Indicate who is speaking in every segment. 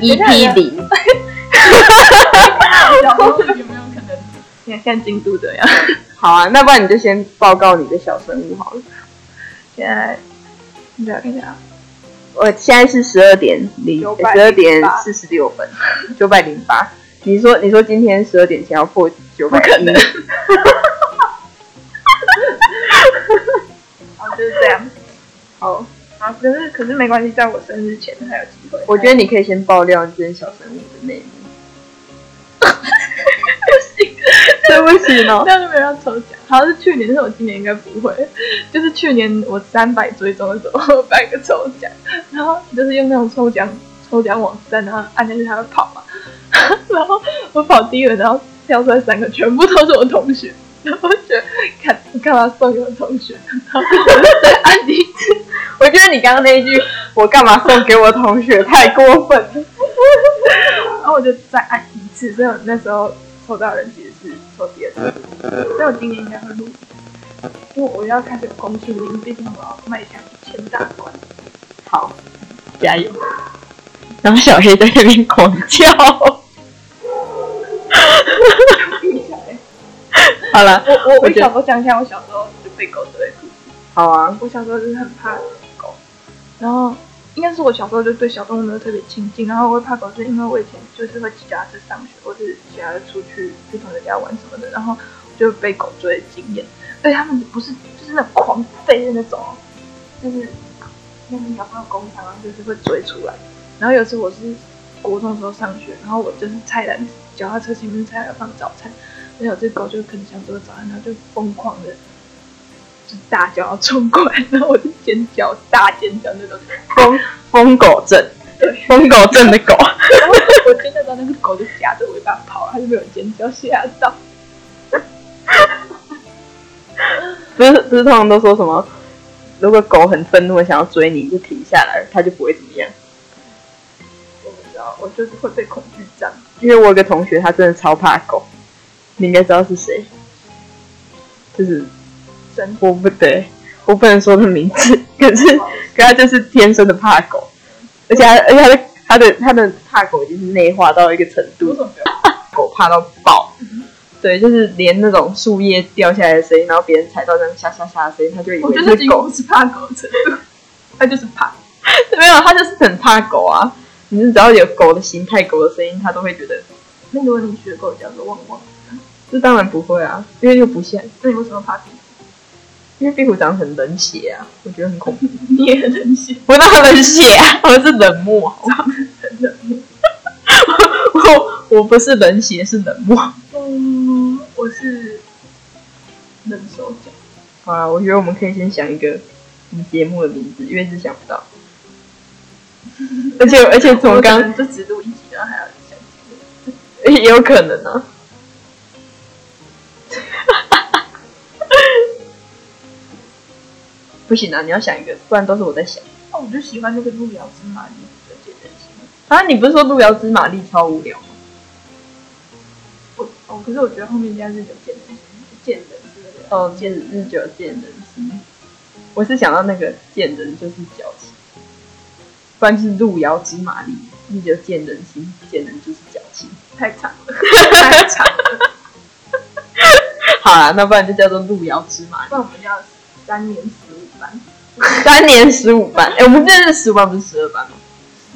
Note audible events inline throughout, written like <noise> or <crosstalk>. Speaker 1: EP 零，
Speaker 2: 有没有可能？
Speaker 3: 你看现在进度怎样？
Speaker 1: 好啊，那不然你就先报告你的小生物好了。
Speaker 3: 现在，你不要看一下，
Speaker 1: 我现在是十二点零，
Speaker 3: 908
Speaker 1: 十二点四十六分，九百零八。你说，你说今天十二点前要破九百，不可能。
Speaker 3: 哦，就是这样。好，啊，可是可是没关系，在我生日前还有机会。
Speaker 1: 我觉得你可以先爆料这些小生物的内幕。 <laughs> 对不起呢， <laughs>
Speaker 3: 这样就没有要抽奖。好像是去年，但是我今年应该不会。就是去年我三百追踪的时候，我办一个抽奖，然后就是用那种抽奖抽奖网站，然后按下去它会跑嘛。然后我跑第一轮，然后跳出来三个，全部都是我同学。然后我觉得看我干嘛送给我同学？然后我就再按第一次，
Speaker 1: 啊我觉得你刚刚那一句“我干嘛送给我同学”太过分了。
Speaker 3: <laughs> 然后我就再按一次。所以我那时候抽到的人其实是抽第二次，所以我今年应该会录。因为我要开始有公信力，毕竟我要迈向一千大关。
Speaker 1: 好，
Speaker 2: 加油！然后小黑在那边狂叫。好了，
Speaker 3: 我我
Speaker 2: 我
Speaker 3: 我
Speaker 2: 觉得
Speaker 3: 小时候想想，我小时候就被狗追，
Speaker 1: 好啊，
Speaker 3: 我小时候就是很怕狗，然后应该是我小时候就对小动物没有特别亲近，然后我会怕狗是因为我以前就是会骑脚踏车上学，或是骑脚踏车出去不同的家玩什么的，然后就被狗追的经验，对他们不是就是那种狂吠的那种，就是那个小朋友工厂啊，就是会追出来，然后有一次我是国中的时候上学，然后我就是菜篮子脚踏车前面菜篮放早餐，然后有只狗就可能想做早餐，然后就疯狂的就大叫要冲过来，然后我就尖叫大尖叫那种，
Speaker 1: 疯疯狗症
Speaker 3: 对，
Speaker 1: 疯狗症的狗。
Speaker 3: 然后我尖叫到那个狗就夹着尾巴跑，它就被我尖叫吓到。
Speaker 1: 不是不是，通常都说什么，如果狗很愤怒地想要追你，你就停下来，它就不会怎么样。
Speaker 3: 我不知道，我就是会被恐惧症。
Speaker 1: 因为我有个同学，他真的超怕狗，你应该知道是谁，就是
Speaker 3: 真
Speaker 1: 我不对，我不能说他名字，可是可他就是天生的怕狗，而且他而且他的他的他的怕狗已经是内化到一个程
Speaker 3: 我
Speaker 1: 度
Speaker 3: 怎，么不要？
Speaker 1: 狗怕到爆。对，就是连那种树叶掉下来的声音，然后别人踩到那种沙沙沙的声音，他就以
Speaker 3: 我
Speaker 1: 为
Speaker 3: 觉得
Speaker 1: 是
Speaker 3: 几
Speaker 1: 狗
Speaker 3: 乎。是怕狗的程度，它就是怕。
Speaker 1: <laughs> 没有，他就是很怕狗啊。你是只要有狗的形态、狗的声音，他都会觉得。
Speaker 3: 那如果你学狗叫做汪汪，
Speaker 1: 这当然不会啊，因为又不像，
Speaker 3: 那你为什么怕壁虎？
Speaker 1: 因为壁虎长得很冷血啊，我觉得很恐怖。
Speaker 3: 你也很冷血，
Speaker 1: <laughs> 我哪有冷血啊？我是冷漠。
Speaker 3: 很冷漠。
Speaker 1: <laughs> 我我不是冷血，是冷漠。
Speaker 3: 嗯，我是冷手脚。 <laughs>
Speaker 1: 好啦，我觉得我们可以先想一个我们节目的名字，因为是想不 <laughs> 到。而且而且从
Speaker 3: 我可
Speaker 1: 刚
Speaker 3: 能就只录一集，然后还要想几个。
Speaker 1: <laughs> 也有可能啊。不行啊，你要想一个，不然都是我在想。
Speaker 3: 哦，我就喜欢那个路遥知马力的简单型。
Speaker 1: 啊，你不是说路遥知马力超无聊吗？
Speaker 3: 我哦，可是我觉得后面加日久见人心，见人之类的。
Speaker 1: 哦，见日久见人心。我是想到那个见人就是矫情，不然就是路遥知马力，日久见人心，见人就是矫 <laughs> 情。
Speaker 3: 太长了，太长了。
Speaker 1: <laughs> 好啦，那不然就叫做路遥知 <laughs> 马力。
Speaker 3: 不然我们要三年十五班，
Speaker 1: 三年十五班，哎、我们现在是十五班不是十二班吗？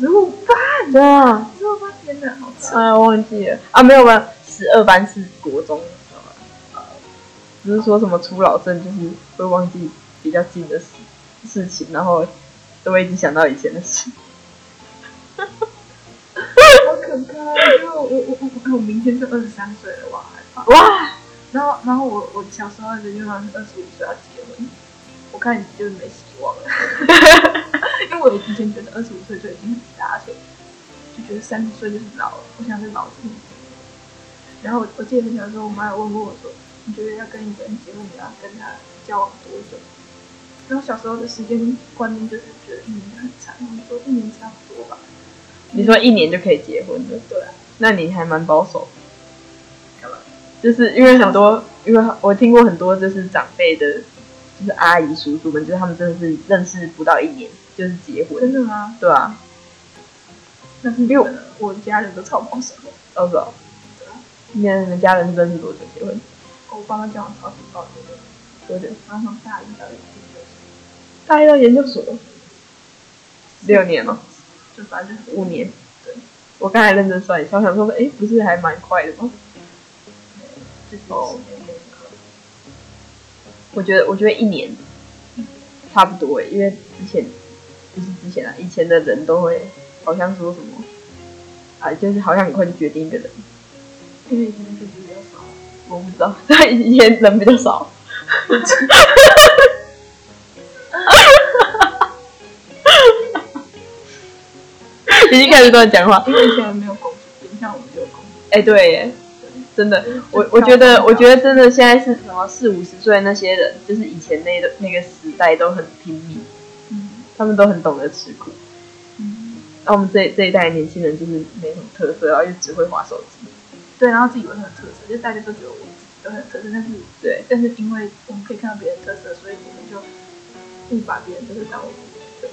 Speaker 3: 十五班，
Speaker 1: 对啊，
Speaker 3: 十五班，天哪，好长。
Speaker 1: 哎，忘记了啊，没有吧？十二班是国中的时候啊，不是说什么初老症，就是会忘记比较近的事事情，然后都会一直想到以前的事。
Speaker 3: 好可怕！因为我我我我我明天就二十三岁了，我好害怕。
Speaker 1: 哇，
Speaker 3: 然后然后我我小时候的愿望是二十五岁要结婚，我看你就是没希望了。因为我以前觉得二十五岁就已经很大岁，就觉得三十岁就是老了，我想是老妇女。然后我我记得很小的时候，我妈有问过我说，你觉得要跟一个人结婚，你要跟他交往多久？然后小时候的时间观念就是觉得一年很长，我说一年差不多吧。
Speaker 1: 你说一年就可以结婚了，
Speaker 3: 对啊，
Speaker 1: 那你还蛮保守。
Speaker 3: 干嘛？
Speaker 1: 就是因为很多，因为我听过很多就是长辈的，就是阿姨叔叔们，就是他们真的是认识不到一年就是结婚
Speaker 3: 真，的吗？
Speaker 1: 对啊，
Speaker 3: 但是因为我我家人都超保守的，
Speaker 1: 哦是哦。今天你们家人认识多久结婚？
Speaker 3: 我爸妈叫我超级保守的，
Speaker 1: 多久？
Speaker 3: 然后从大一到研究生，
Speaker 1: 大一到研究所，六年哦，
Speaker 3: 就反正就是
Speaker 1: 五年。
Speaker 3: 对，
Speaker 1: 我刚才认真算一下，我想说，哎，不是还蛮快的吗？
Speaker 3: 自己
Speaker 1: 哦
Speaker 3: 时间内可以
Speaker 1: 我觉得，我觉得一年差不多诶，因为之前不是之前啊，以前的人都会好像说什么啊，就是好像很快就决定一个人，
Speaker 3: 因为以前自己没有少，
Speaker 1: 我不知道， <laughs> 对，以前人比较少。 <laughs> 已经开始乱讲话，
Speaker 3: 因为以前没有公主病，像我们就有公主
Speaker 1: 哎、对耶，真的，我
Speaker 3: 就
Speaker 1: 我觉得，
Speaker 3: 跳舞
Speaker 1: 我觉得真的现在是什么四五十岁那些人，就是以前那个那个时代都很拼命，
Speaker 3: 病。
Speaker 1: 他们都很懂得吃苦。
Speaker 3: 嗯，
Speaker 1: 那我们这这一代年轻人就是没什么特色，然后就只会划手机。
Speaker 3: 对，然后自己有很有特色，就大家都觉得我自己都很有特色，但是
Speaker 1: 对，
Speaker 3: 但是因为我们可以看到别人的特色，所以我们就误把别人的特色当我们的特色。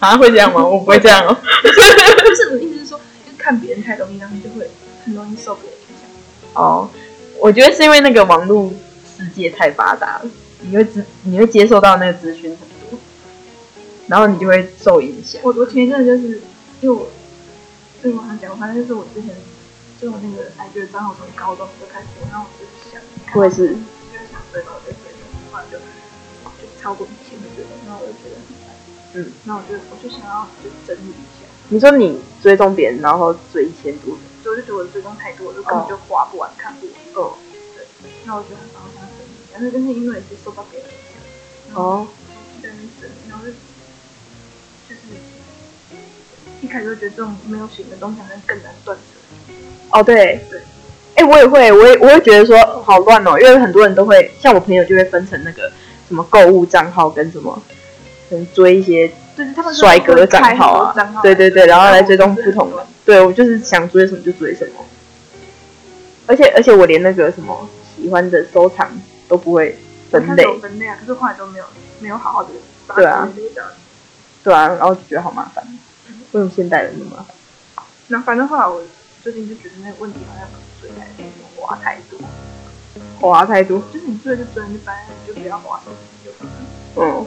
Speaker 1: 啊，会这样吗？我不会这样哦。
Speaker 3: 不是我的意思是说，就是看别人太容易，然后就会很容易受别人影响。
Speaker 1: 哦，我觉得是因为那个网络世界太发达了，你会知你会接受到那个资讯很多，然后你就会受影响。
Speaker 3: 我我前一阵子就是因为我对我好像讲过，反正就是我之前就我那个 IG 的账号从高中就开始用，然后我就是想，
Speaker 1: 我也是，
Speaker 3: 就是想追到我就追踪，然后就就超过一千个追踪，然后我就觉得很烦，
Speaker 1: 嗯，
Speaker 3: 然后我就我就想要就是整理一下。
Speaker 1: 你说你追踪别人，然后追一千多人，
Speaker 3: 所以我就觉得我的追踪太多，我就根本就划不完、看不完。
Speaker 1: 哦
Speaker 3: 对，那我觉得很烦，我想要整理，但是但是因为也是受到别人的影响，
Speaker 1: 哦，
Speaker 3: 但是整理，然后就就是一开始就觉得这种没有形的东西好像更难断舍。
Speaker 1: 哦，对
Speaker 3: 对，
Speaker 1: 哎、我也会，我也我会觉得说好乱哦，因为很多人都会，像我朋友就会分成那个什么购物账号跟什么，可能追一些
Speaker 3: 对，他们
Speaker 1: 帅哥账号啊
Speaker 3: 账号
Speaker 1: 对对对，然后来追踪不同的
Speaker 3: 的。。
Speaker 1: 对我就是想追什么就追什么，而且而且我连那个什么喜欢的收藏都不会分类，
Speaker 3: 分类啊，可是后来都没有没有好好的把
Speaker 1: 对啊
Speaker 3: 分类掉。
Speaker 1: 对啊，然后就觉得好麻烦。为什么现代人那么麻烦？
Speaker 3: 那反正后来我最近就觉得那个问题好像追来就花太多，
Speaker 1: 花太多，
Speaker 3: 就是你追就追，你反正就不要花手机就好了。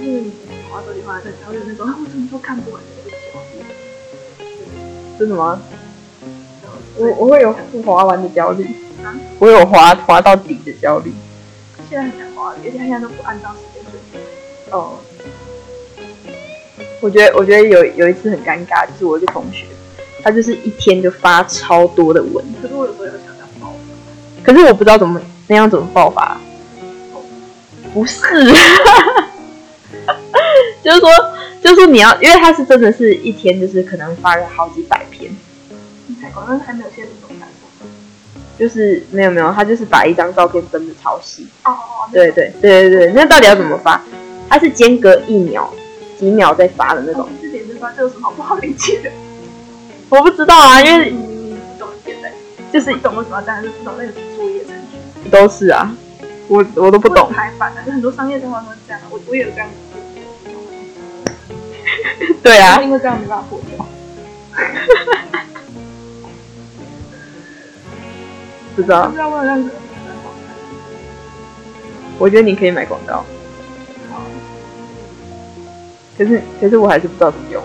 Speaker 1: 嗯，
Speaker 3: 就是滑手机滑的，然后有那种啊 <laughs> 我怎么都看不完的那个脚
Speaker 1: 是什么？啊
Speaker 3: 然后
Speaker 1: 我我会有不滑完的焦虑
Speaker 3: 啊，
Speaker 1: 我有滑滑到底的焦虑。
Speaker 3: 现在很难滑，而且现在都不按照时间顺序。
Speaker 1: 哦，我觉得我觉得有有一次很尴尬，就是我一个同学，他就是一天就发超多的文，
Speaker 3: 可是我有时候也会想要爆，
Speaker 1: 可是我不知道怎么那样怎么爆发。不是， <laughs> 就是说，就是说你要，因为他是真的是一天，就是可能发了好几百篇，
Speaker 3: 太高，但是还没有现实中看过。
Speaker 1: 就是没有没有，他就是把一张照片分的超细。
Speaker 3: 哦，
Speaker 1: 对对对对对，那到底要怎么发？他是间隔一秒、几秒再发的那
Speaker 3: 那
Speaker 1: 种
Speaker 3: 种，之前就发这有什么好不好理解的？ <laughs>
Speaker 1: 我不知道啊，因为
Speaker 3: 你不懂现在，
Speaker 1: 就是
Speaker 3: 不懂为什么要这样，就是不懂那个作业程序，
Speaker 1: 都是啊，我我都不懂。
Speaker 3: 排版啊，就很多商业账号都是这样，我我也有这样子。
Speaker 1: 对啊，
Speaker 3: 因为这样没办法获得。
Speaker 1: 不知道
Speaker 3: 不，知道为了让你
Speaker 1: 我觉得你可以买广告，可是可是我还是不知道怎么用。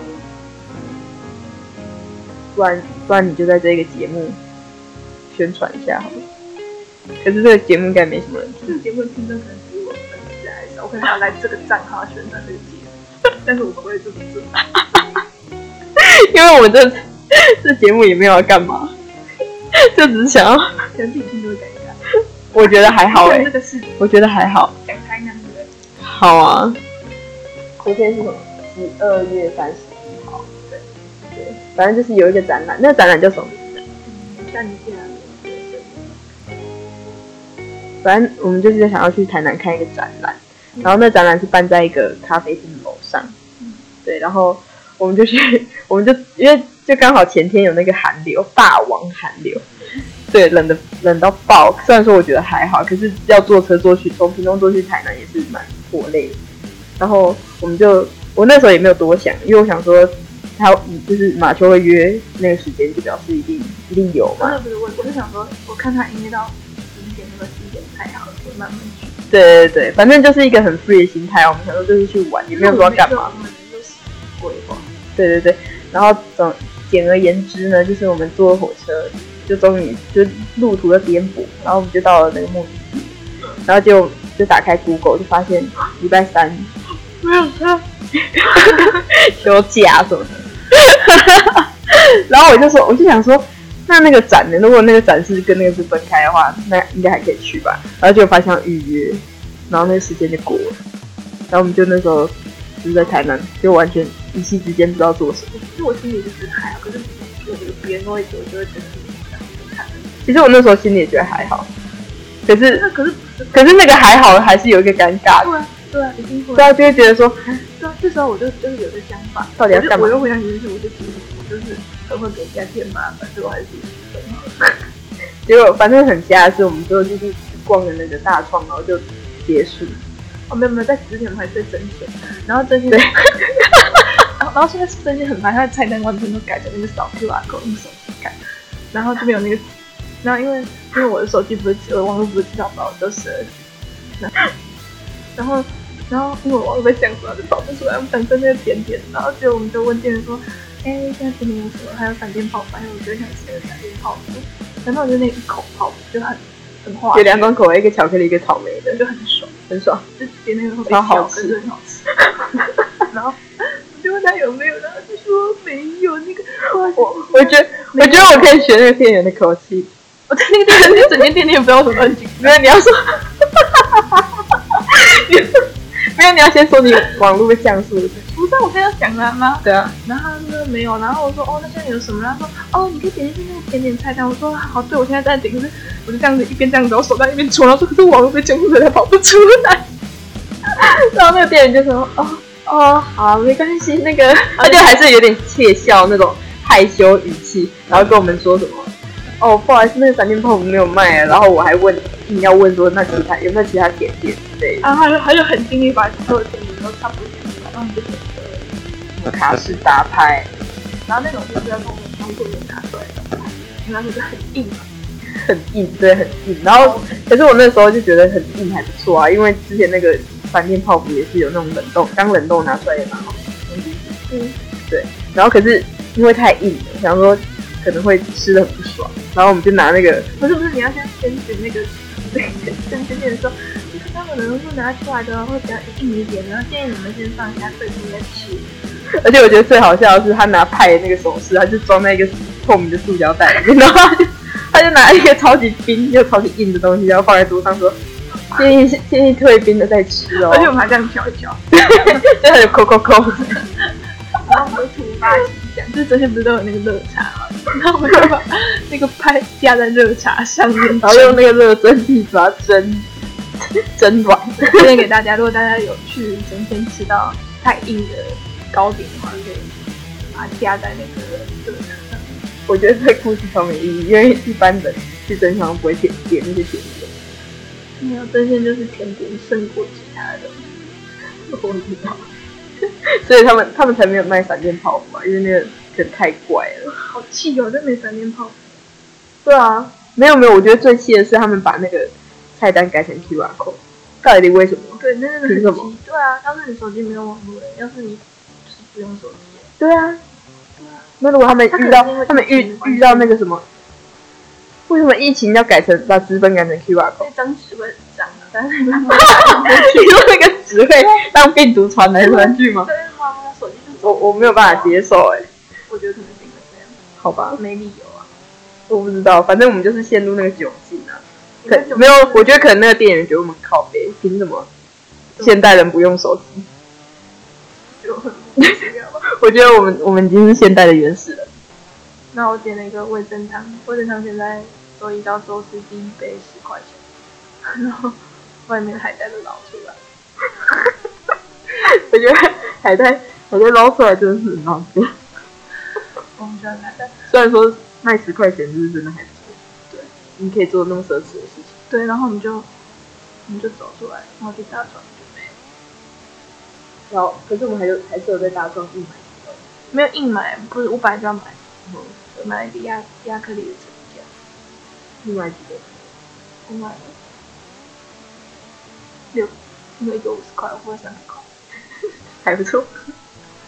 Speaker 1: 不然不然你就在这个节目宣传一下好了。可是这个节目应该没什么人 <laughs> 听。
Speaker 3: 这个节目的听众可能比我粉丝还少，我可能要来这个账号宣传这个节目，但是我不会这么做。
Speaker 1: 因为我们这这节目也没有要干嘛， <laughs> 就只是想要。
Speaker 3: 可能自己听都会尴尬。
Speaker 1: 我觉得还好哎、
Speaker 3: 这个是
Speaker 1: 我觉得还好。
Speaker 3: 讲台南的，
Speaker 1: 好啊。昨天是什么？十二月三十一号。对对，反正就是有一个展览，那展览叫什么？
Speaker 3: 嗯，像你这样的，
Speaker 1: 反正我们就是想要去台南看一个展览，然后那展览是办在一个咖啡厅楼上
Speaker 3: 嗯，
Speaker 1: 对，然后我们就去， <laughs> 我们就因为就刚好前天有那个寒流，霸王寒流，对，冷的冷到爆。虽然说我觉得还好，可是要坐车坐去从屏东坐去台南也是蛮破累的。然后我们就我那时候也没有多想，因为我想说他就是马球会约那个时间，就表示一定一定有
Speaker 3: 不
Speaker 1: 嘛
Speaker 3: 是。不是，哦我我是想说，我看他营业到十点或者十一点太好了，我慢慢去。
Speaker 1: 对对对，反正就是一个很 free 的心态，我们想说就是去玩，也没有说要干嘛。
Speaker 3: 我们就是规划。
Speaker 1: 对对对，然后总简而言之呢，就是我们坐火车，就终于就路途的颠簸，然后我们就到了那个目的地，然后就就打开 Google 就发现礼拜三 <laughs>
Speaker 3: 没有车，
Speaker 1: 休假什么的，然后我就说我就想说。那那个展呢？如果那个展是跟那个是分开的话，那应该还可以去吧。然后就发现要预约，然后那个时间就过了。然后我们就那时候就是在台南，就完全一夕之间不知道做什么。
Speaker 3: 就我心里就是还好，可是有有别人跟我一起，我就会觉得很想去看。
Speaker 1: 其实我那时候心里也觉得还好，可是
Speaker 3: 那可是
Speaker 1: 可是那个还好还是有一个尴尬，
Speaker 3: 对啊对啊，一定会
Speaker 1: 对。啊，就会觉得说
Speaker 3: 对啊，这时候我就就是有个想法，
Speaker 1: 到底要干嘛
Speaker 3: 我就我又回想起就是，我就觉得我就是很会给人家添麻烦，所以我还是很好。
Speaker 1: 结果反正很瞎的是，我们最后就是逛了那个大创，然后就结束。
Speaker 3: 哦，没有没有，在十点我们还是在真钱，然后真钱，
Speaker 1: 对
Speaker 3: 然后 <laughs> 然后现在真钱很烦，它的菜单完全都改成那个扫 QR code 用手机改，然后就没有那个，然后因为因为我的手机不是我的网络不是至少把我都十二 G，然后然后然后因为我网络被降出来，就导致出来我们想吃那个甜点，然后结果我们就问店员说，哎，现在甜点有什么？还有闪电泡芙，还有我觉得想吃那个闪电泡芙，然后就那一口泡芙就很很滑
Speaker 1: 有，两种口味，一个巧克力，一个草莓的，
Speaker 3: 就很爽。
Speaker 1: 很爽。
Speaker 3: 就点那个会被
Speaker 1: 超好
Speaker 3: 咬
Speaker 1: 吃
Speaker 3: 可是很好吃。 <laughs> 然后我就问他有没有，然后他说没有。那个我
Speaker 1: 我觉得我觉得我可以学那个店员的口气，
Speaker 3: 我在那个店里整间店你也不知道我什么乱进，
Speaker 1: 没有你要说， <laughs> 你没有你要先说你网络被降速。
Speaker 3: <laughs> 不是啊我跟他讲了吗？
Speaker 1: 对啊，
Speaker 3: 然后他说没有，然后我说哦，那现在有什么？他说哦，你可以点进去那个甜点菜单。我说好，对，我现在在点，可是我就这样子一边这样子，我手在一边戳，然后说可是网络被监控着，它跑不出 <laughs> 来。
Speaker 1: 然后那个店员就说哦
Speaker 3: 哦，好，没关系，那个
Speaker 1: 他就还是有点窃笑那种害羞语气，然后跟我们说什么。哦，不好意思，那个闪电泡芙没有卖，啊然后我还问，硬要问说那其他有没有其他点点之类的，
Speaker 3: 啊，他就他就很尽力把所有甜点都差不多点出来，然后我们就点了。
Speaker 1: 什么卡式达派，
Speaker 3: 然后那种就是要从我们工作里面拿出来的，然后那个很硬嘛，
Speaker 1: 很硬，对，很硬。然后，可是我那时候就觉得很硬还不错啊，因为之前那个闪电泡芙也是有那种冷冻，刚冷冻拿出来也蛮好吃。
Speaker 3: 嗯，
Speaker 1: 对。然后可是因为太硬了，想说可能会吃的很不爽，然后我们就拿那个
Speaker 3: 不是不是，你要先先选那个 <laughs> 那个先选点说，就是他们能够拿出来的会比较硬一点，然后建议你们先放一下最后再吃。
Speaker 1: 而且我觉得最好笑的是，他拿派的那个首饰，他就装在一个透明的塑胶袋里面，然后他就 <laughs> 他就拿一个超级冰又超级硬的东西，然后放在桌上说：“建议建议退冰的再吃哦。” <laughs>
Speaker 3: 而且我们还这样挑一挑，
Speaker 1: 就他就抠抠抠，
Speaker 3: 然后我们突发奇想，就是这些不是都有那个热茶嘛，然后我们就把那个拍压在热茶上面，
Speaker 1: 然后用那个热蒸汽把它蒸蒸软。
Speaker 3: 推荐给大家，如果大家有去神仙吃到太硬的糕点的话，可以把它压在那个热茶上。
Speaker 1: 我觉得这故事超没意义，因为一般人去正常不会点点那些甜点。
Speaker 3: 没有，真正就是甜点胜过其他的。
Speaker 1: 我知道，所以他们他们才没有卖闪电泡芙啊，因为那个可能太怪了。
Speaker 3: 好气哦，这没闪电泡。
Speaker 1: 对啊，没有没有，我觉得最气的是他们把那个菜单改成 QR code，到底为什么？
Speaker 3: 对，那真的
Speaker 1: 凭
Speaker 3: 很
Speaker 1: 什么
Speaker 3: 急。对啊，要是你手机没有网络，要是你就是不用手机，
Speaker 1: 对啊，那如果他们
Speaker 3: 他可
Speaker 1: 遇
Speaker 3: 能
Speaker 1: 到
Speaker 3: 是因为
Speaker 1: 他们
Speaker 3: 疫
Speaker 1: 遇
Speaker 3: 情的关系
Speaker 1: 遇到那个什么，为什么疫情要改成把资本改成 QR <laughs>
Speaker 3: 那
Speaker 1: code？
Speaker 3: 张纸会很脏啊，但是没办 <laughs> 法。
Speaker 1: 你说那个只会让病毒传来传去吗？
Speaker 3: 对啊，他手机就
Speaker 1: 我我没有办法接受哎、
Speaker 3: 我觉得可能是因为这样，
Speaker 1: 好吧，
Speaker 3: 没理由啊。
Speaker 1: 我不知道，反正我们就是陷入那个窘境啊。
Speaker 3: 你为什
Speaker 1: 可
Speaker 3: 么
Speaker 1: 没有，我觉得可能那个店员觉得我们靠背，凭什么现代人不用手机？
Speaker 3: 就很莫名其妙吧。
Speaker 1: 我觉得我们我们已经是现代的原始人。
Speaker 3: 那我点了一个味噌汤，味噌汤现在周一到周四第一杯十块钱，然后外面的海带都捞出来。
Speaker 1: 我觉得海带海带捞出来真的是很浪费。
Speaker 3: 我们喜欢海带。
Speaker 1: 虽然说卖十块钱就是真的还不错，
Speaker 3: 对，
Speaker 1: 你可以做那么奢侈的事情。
Speaker 3: 对，然后我们就我们就走出来，然后去大床就没了。
Speaker 1: 然后，可是我们还有还是有在大庄去买饮料，
Speaker 3: 没有硬买，不是我本来就要买，我买了一个亚亚克力的枕架，
Speaker 1: 你买几个？
Speaker 3: 我买了六，因为一个五十块，我花了三百块。
Speaker 1: 还不错。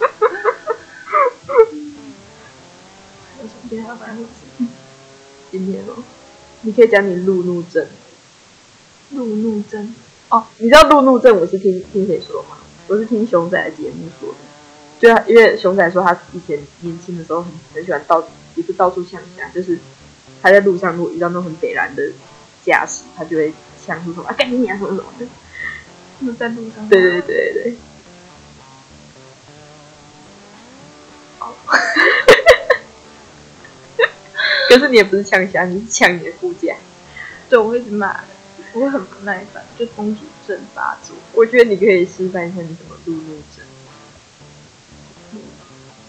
Speaker 3: 我想今天要反正就是
Speaker 1: 今天哦，你可以讲你路怒症。
Speaker 3: 路怒症，
Speaker 1: 你知道路怒症我是听听谁说吗？我是听熊仔的节目说的。对啊，因为熊仔说他以前年轻的时候很很喜欢到，也不是到处呛人家，就是他在路上如果遇到那种很北蓝的驾驶，他就会呛出什么啊，干你娘什么什么的。
Speaker 3: 就是在路上。
Speaker 1: 对对对对对。哦 <laughs> 可是你也不是呛虾，你是呛你的副驾。
Speaker 3: 对，我会一直骂，我会很不耐烦，就公主症发作。
Speaker 1: 我觉得你可以示范一下你怎么路怒症。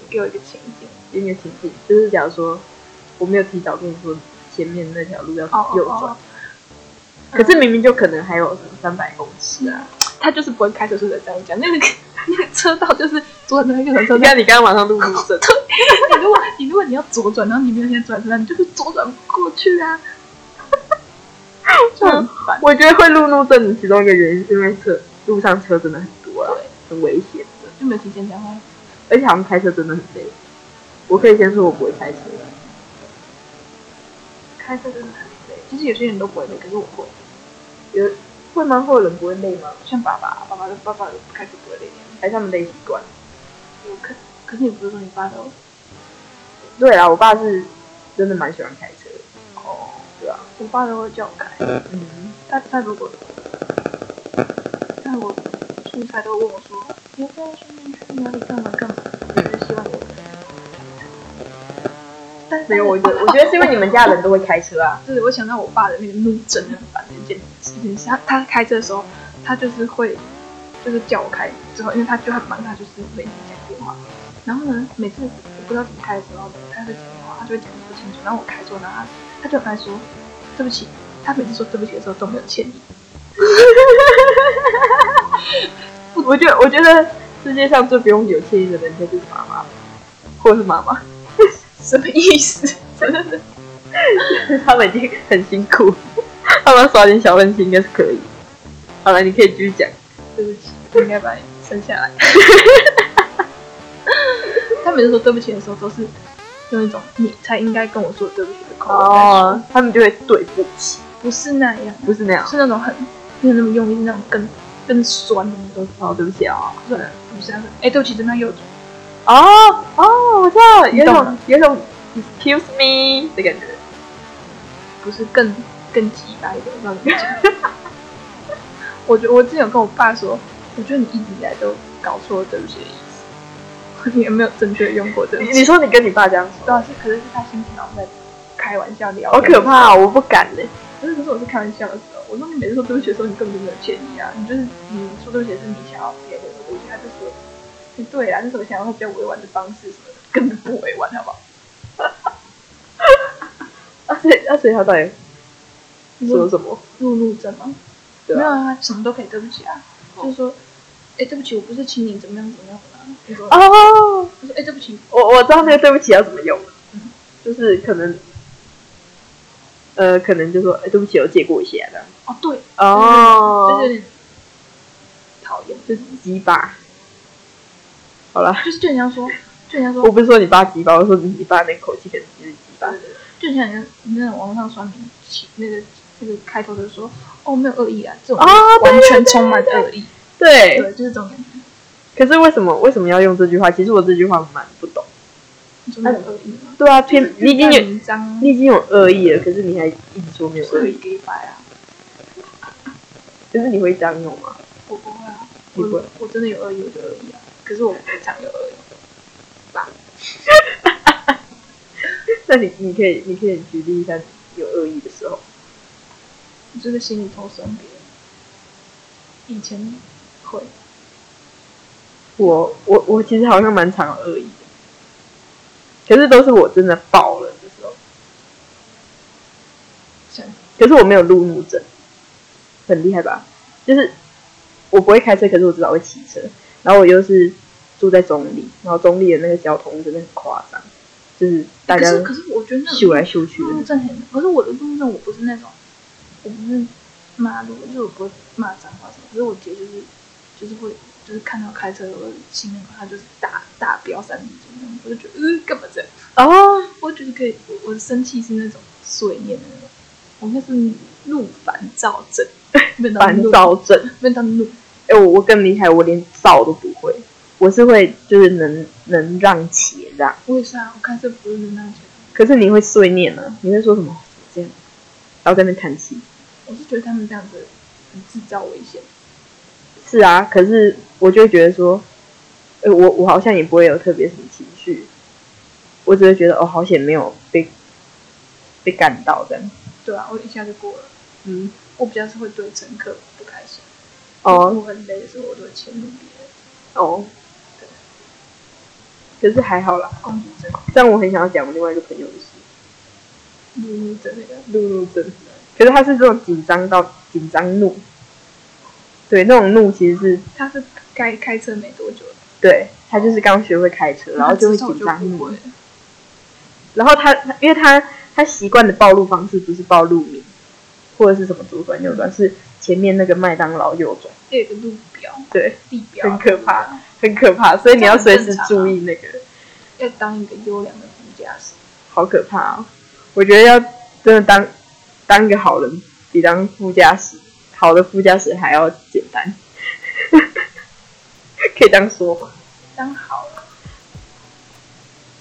Speaker 3: 给我一个情景，
Speaker 1: 给你个情景，就是假如说我没有提早跟你说前面那条路要
Speaker 3: 哦
Speaker 1: 右
Speaker 3: 哦
Speaker 1: 转，
Speaker 3: 哦，
Speaker 1: 嗯可是明明就可能还有三百公尺啊！
Speaker 3: 他就是不会开车，所以才这样讲。那个那个车道就是左转右转车
Speaker 1: 你嗯
Speaker 3: 道。
Speaker 1: 看你刚刚马上路怒症，
Speaker 3: <laughs> 你如果你如果你要左转，然后你没有先转车道，你就是左转不过去啊，就很烦。
Speaker 1: <laughs> 我觉得会路怒症的其中一个原因是因为车路上车真的很多啊，很危险的，
Speaker 3: 就没有提前讲话。
Speaker 1: 而且好像开车真的很累。我可以先说我不会开车，
Speaker 3: 开车真的很累，其实有些人都不会累，可是我会。
Speaker 1: 有会吗？会有人不会累吗？
Speaker 3: 像爸爸，爸爸的爸爸开车不会累，
Speaker 1: 还是他们累习惯？
Speaker 3: 有可可是你不是说你爸都
Speaker 1: 对啊，我爸是真的蛮喜欢开车的，
Speaker 3: 哦，
Speaker 1: 对吧、
Speaker 3: 我爸都会叫我开。
Speaker 1: 嗯，
Speaker 3: 他他如果他如果出差都问我说，你要不要顺便去哪里干嘛干嘛，我就希望我。但是
Speaker 1: 没有，我觉得我觉得是因为你们家人都会开车啊。
Speaker 3: 就是我想到我爸的那个怒症很烦的一件事情是他，他开车的时候，他就是会就是叫我开之后，因为他就很忙，他就是每天讲电话。然后呢，每次我不知道怎么开的时候，他会讲电话，他就会讲的不清楚。然后我开错，然后他他就很爱说对不起。他每次说对不起的时候都没有歉意。
Speaker 1: 我觉得，我觉得世界上最不用有歉意的人就是妈妈，或者是妈 <laughs> 妈，
Speaker 3: 什么意思？ <laughs>
Speaker 1: 他们已经很辛苦，他们耍点小问题应该是可以。好了，你可以继续讲。
Speaker 3: 对不起，我应该把你生下来。 <laughs> 他每次说对不起的时候，都是用一种你才应该跟我说对不起的口吻在说，
Speaker 1: 他们就会对不起，
Speaker 3: 不是那样，
Speaker 1: 不是那样。
Speaker 3: 是那种很没有那么用力，是那种更更酸的那种。
Speaker 1: 哦，对不起啊、
Speaker 3: 不是，不是，他说哎，对不起，真的右转。
Speaker 1: 哦哦，我知道，有一
Speaker 3: 你懂
Speaker 1: 种
Speaker 3: 吗
Speaker 1: 有一种 excuse me 的感觉。
Speaker 3: 不是更更鸡掰的那种讲。 <laughs> 我觉我之前有跟我爸说，我觉得你一直以来都搞错对不起的意思， <laughs> 你也没有正确地用过对不
Speaker 1: 你
Speaker 3: 起。
Speaker 1: 你说你跟你爸这样说，
Speaker 3: 对啊，是可是是他心情好像在开玩笑聊，
Speaker 1: 哦好可！怕、哦，我不敢嘞。
Speaker 3: 可是可是我是开玩笑的时候，我说你每次说对不起的时候，你根本就没有歉意啊，你就是你说对不起是你想要别人说对不起，他就说，哎对啦，那是我想要比较委婉的方式什么的，根本不委婉，好不好？
Speaker 1: 啊，所以啊，所以他到底说什么？
Speaker 3: 路怒症吗？
Speaker 1: 对
Speaker 3: 没有
Speaker 1: 啊。
Speaker 3: 啊，什么都可以对不起啊，就是说，哎对不起，我不是请你怎么样怎么样怎么样，你说，
Speaker 1: 哦，
Speaker 3: 我说哎对不起，
Speaker 1: 我我知道那个对不起要怎么用，就是可能，呃，可能就说，哎、对不起，我借过一下这样。
Speaker 3: 哦对，
Speaker 1: 哦
Speaker 3: 就是有点讨厌，
Speaker 1: 就是鸡巴。好了，
Speaker 3: 就是就很像说，就很像说
Speaker 1: 我，不是说你爸鸡巴，我说你爸那口气可能就是鸡巴。
Speaker 3: 就像人家那种网络上刷屏起那个那个开头就说哦没有恶意啊，这种
Speaker 1: 哦对
Speaker 3: 完全充满恶意，
Speaker 1: 对，
Speaker 3: 就是这种感觉。
Speaker 1: 可是为什么为什么要用这句话？其实我这句话蛮不懂。
Speaker 3: 你说没有恶意吗？
Speaker 1: 对啊，偏你已经有
Speaker 3: 文章
Speaker 1: 你已经有恶意了，可是你还一直说没有恶
Speaker 3: 恶
Speaker 1: 意，
Speaker 3: 意给白啊，
Speaker 1: 可是你会这样用吗？ <laughs>
Speaker 3: 我不会啊，
Speaker 1: 你不会
Speaker 3: 我我真的有恶意，我就恶意啊，可是我非常有恶意，
Speaker 1: 那你你可以你可以举例一下你有恶意的时候。
Speaker 3: 我就是心里偷酸别人。以前会，
Speaker 1: 我我我其实好像蛮常有恶意的，可是都是我真的爆了的时候，
Speaker 3: 像
Speaker 1: 可是我没有路怒症，很厉害吧？就是我不会开车，可是我至少会骑车，然后我又是住在中立，然后中立的那个交通真的很夸张，就是大
Speaker 3: 可
Speaker 1: 家
Speaker 3: 是可是我觉得那
Speaker 1: 秀来秀去的
Speaker 3: 路
Speaker 1: 那种。
Speaker 3: 政很，可是我的路政我不是那种，我不是骂路，就是我不会骂脏话什么，可是我姐就是就是会就是看到开车有个行人，她就是大大飙三字经那种，我就觉得呃干嘛这样？
Speaker 1: 哦，
Speaker 3: 我觉得可以，我我的生气是那种碎念的那种，我应该是怒烦躁 <laughs> 症，没有到
Speaker 1: 烦
Speaker 3: 怒
Speaker 1: 躁，症。
Speaker 3: 没有到怒，
Speaker 1: 哎、我我更厉害，我连燥都不会，我是会就是能能让且让，
Speaker 3: 我也是啊，我开车不是那样觉得。
Speaker 1: 可是你会碎念啊，你会说什么这样，然后在那边叹气。
Speaker 3: 我是觉得他们这样子很制造危险。
Speaker 1: 是啊，可是我就会觉得说，呃，我我好像也不会有特别什么情绪，我只会觉得哦，好险没有被被干到这样。
Speaker 3: 对啊，我一下就过了。
Speaker 1: 嗯，
Speaker 3: 我比较是会对乘客不开心。
Speaker 1: 哦
Speaker 3: 我很累的时候，我都会迁怒别人。
Speaker 1: 哦，可是还好啦。
Speaker 3: 公主症、
Speaker 1: 但我很想要讲我另外一个朋友的事，
Speaker 3: 路怒症那个，
Speaker 1: 路怒症。可是他是这种紧张到紧张怒，对，那种怒其实是
Speaker 3: 他是该开车没多久，
Speaker 1: 对他就是刚学会开车，然后就会紧
Speaker 3: 那之后
Speaker 1: 张
Speaker 3: 就不
Speaker 1: 怒
Speaker 3: 会。了。
Speaker 1: 然后他，他因为他他习惯的暴露方式不是暴露名，或者是什么左转右转，是前面那个麦当劳右转，
Speaker 3: 这有个路标、
Speaker 1: 对，
Speaker 3: 地标，
Speaker 1: 很可怕，很可怕，所以你要随时
Speaker 3: 啊
Speaker 1: 注意那个，
Speaker 3: 要当一个优良的副驾驶。
Speaker 1: 好可怕哦！我觉得要真的当当一个好人，比当副驾驶好的副驾驶还要简单， <laughs> 可以这样说吗？
Speaker 3: 当好人，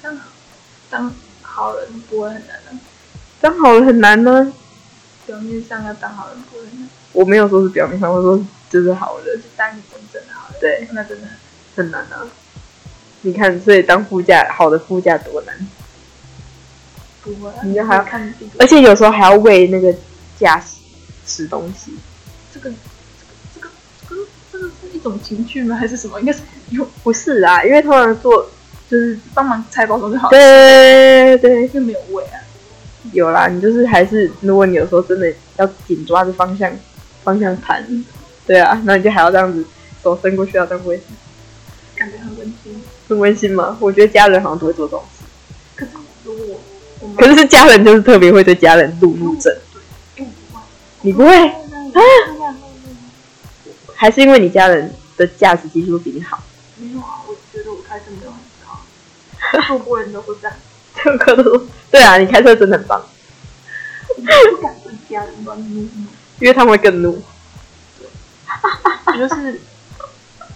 Speaker 3: 当好当好人不会很难的、
Speaker 1: 当好人很难呢，
Speaker 3: 表面上要当好人不会很难，
Speaker 1: 我没有说是表面上，我说就是好人，
Speaker 3: 就是当一个真正的好人，
Speaker 1: 对，
Speaker 3: 那真的很
Speaker 1: 很难啊。你看，所以当副驾好的副驾多难。
Speaker 3: 不会啊。
Speaker 1: 你就还要
Speaker 3: 看地图
Speaker 1: 而且有时候还要喂那个驾驶吃东西，
Speaker 3: 这个这个这个这个是一种情趣吗？还是什么？应该是有
Speaker 1: 不是啊，因为通常做就是
Speaker 3: 帮忙拆包装就好了，
Speaker 1: 对对对，
Speaker 3: 又没有味啊。
Speaker 1: 有啦，你就是还是如果你有时候真的要紧抓着方向方向盘，对啊，那你就还要这样子手伸过去啊要这样喂，
Speaker 3: 感觉很温馨。
Speaker 1: 很温馨吗？我觉得家人好像都会做这种事，
Speaker 3: 可是如果我们
Speaker 1: 可是家人就是特别会对家人路怒症，
Speaker 3: 用不完，
Speaker 1: <laughs> 你
Speaker 3: <laughs>
Speaker 1: 不会？
Speaker 3: 那样
Speaker 1: 还是因为你家人的驾驶技术比你好？
Speaker 3: 没有啊，我觉得我开车没有
Speaker 1: <laughs>
Speaker 3: 很好，路过人都会这样，
Speaker 1: 这个都对啊，你开车真的很棒，
Speaker 3: 我不敢跟家人乱撸。
Speaker 1: 因为他们会更怒。
Speaker 3: 我就是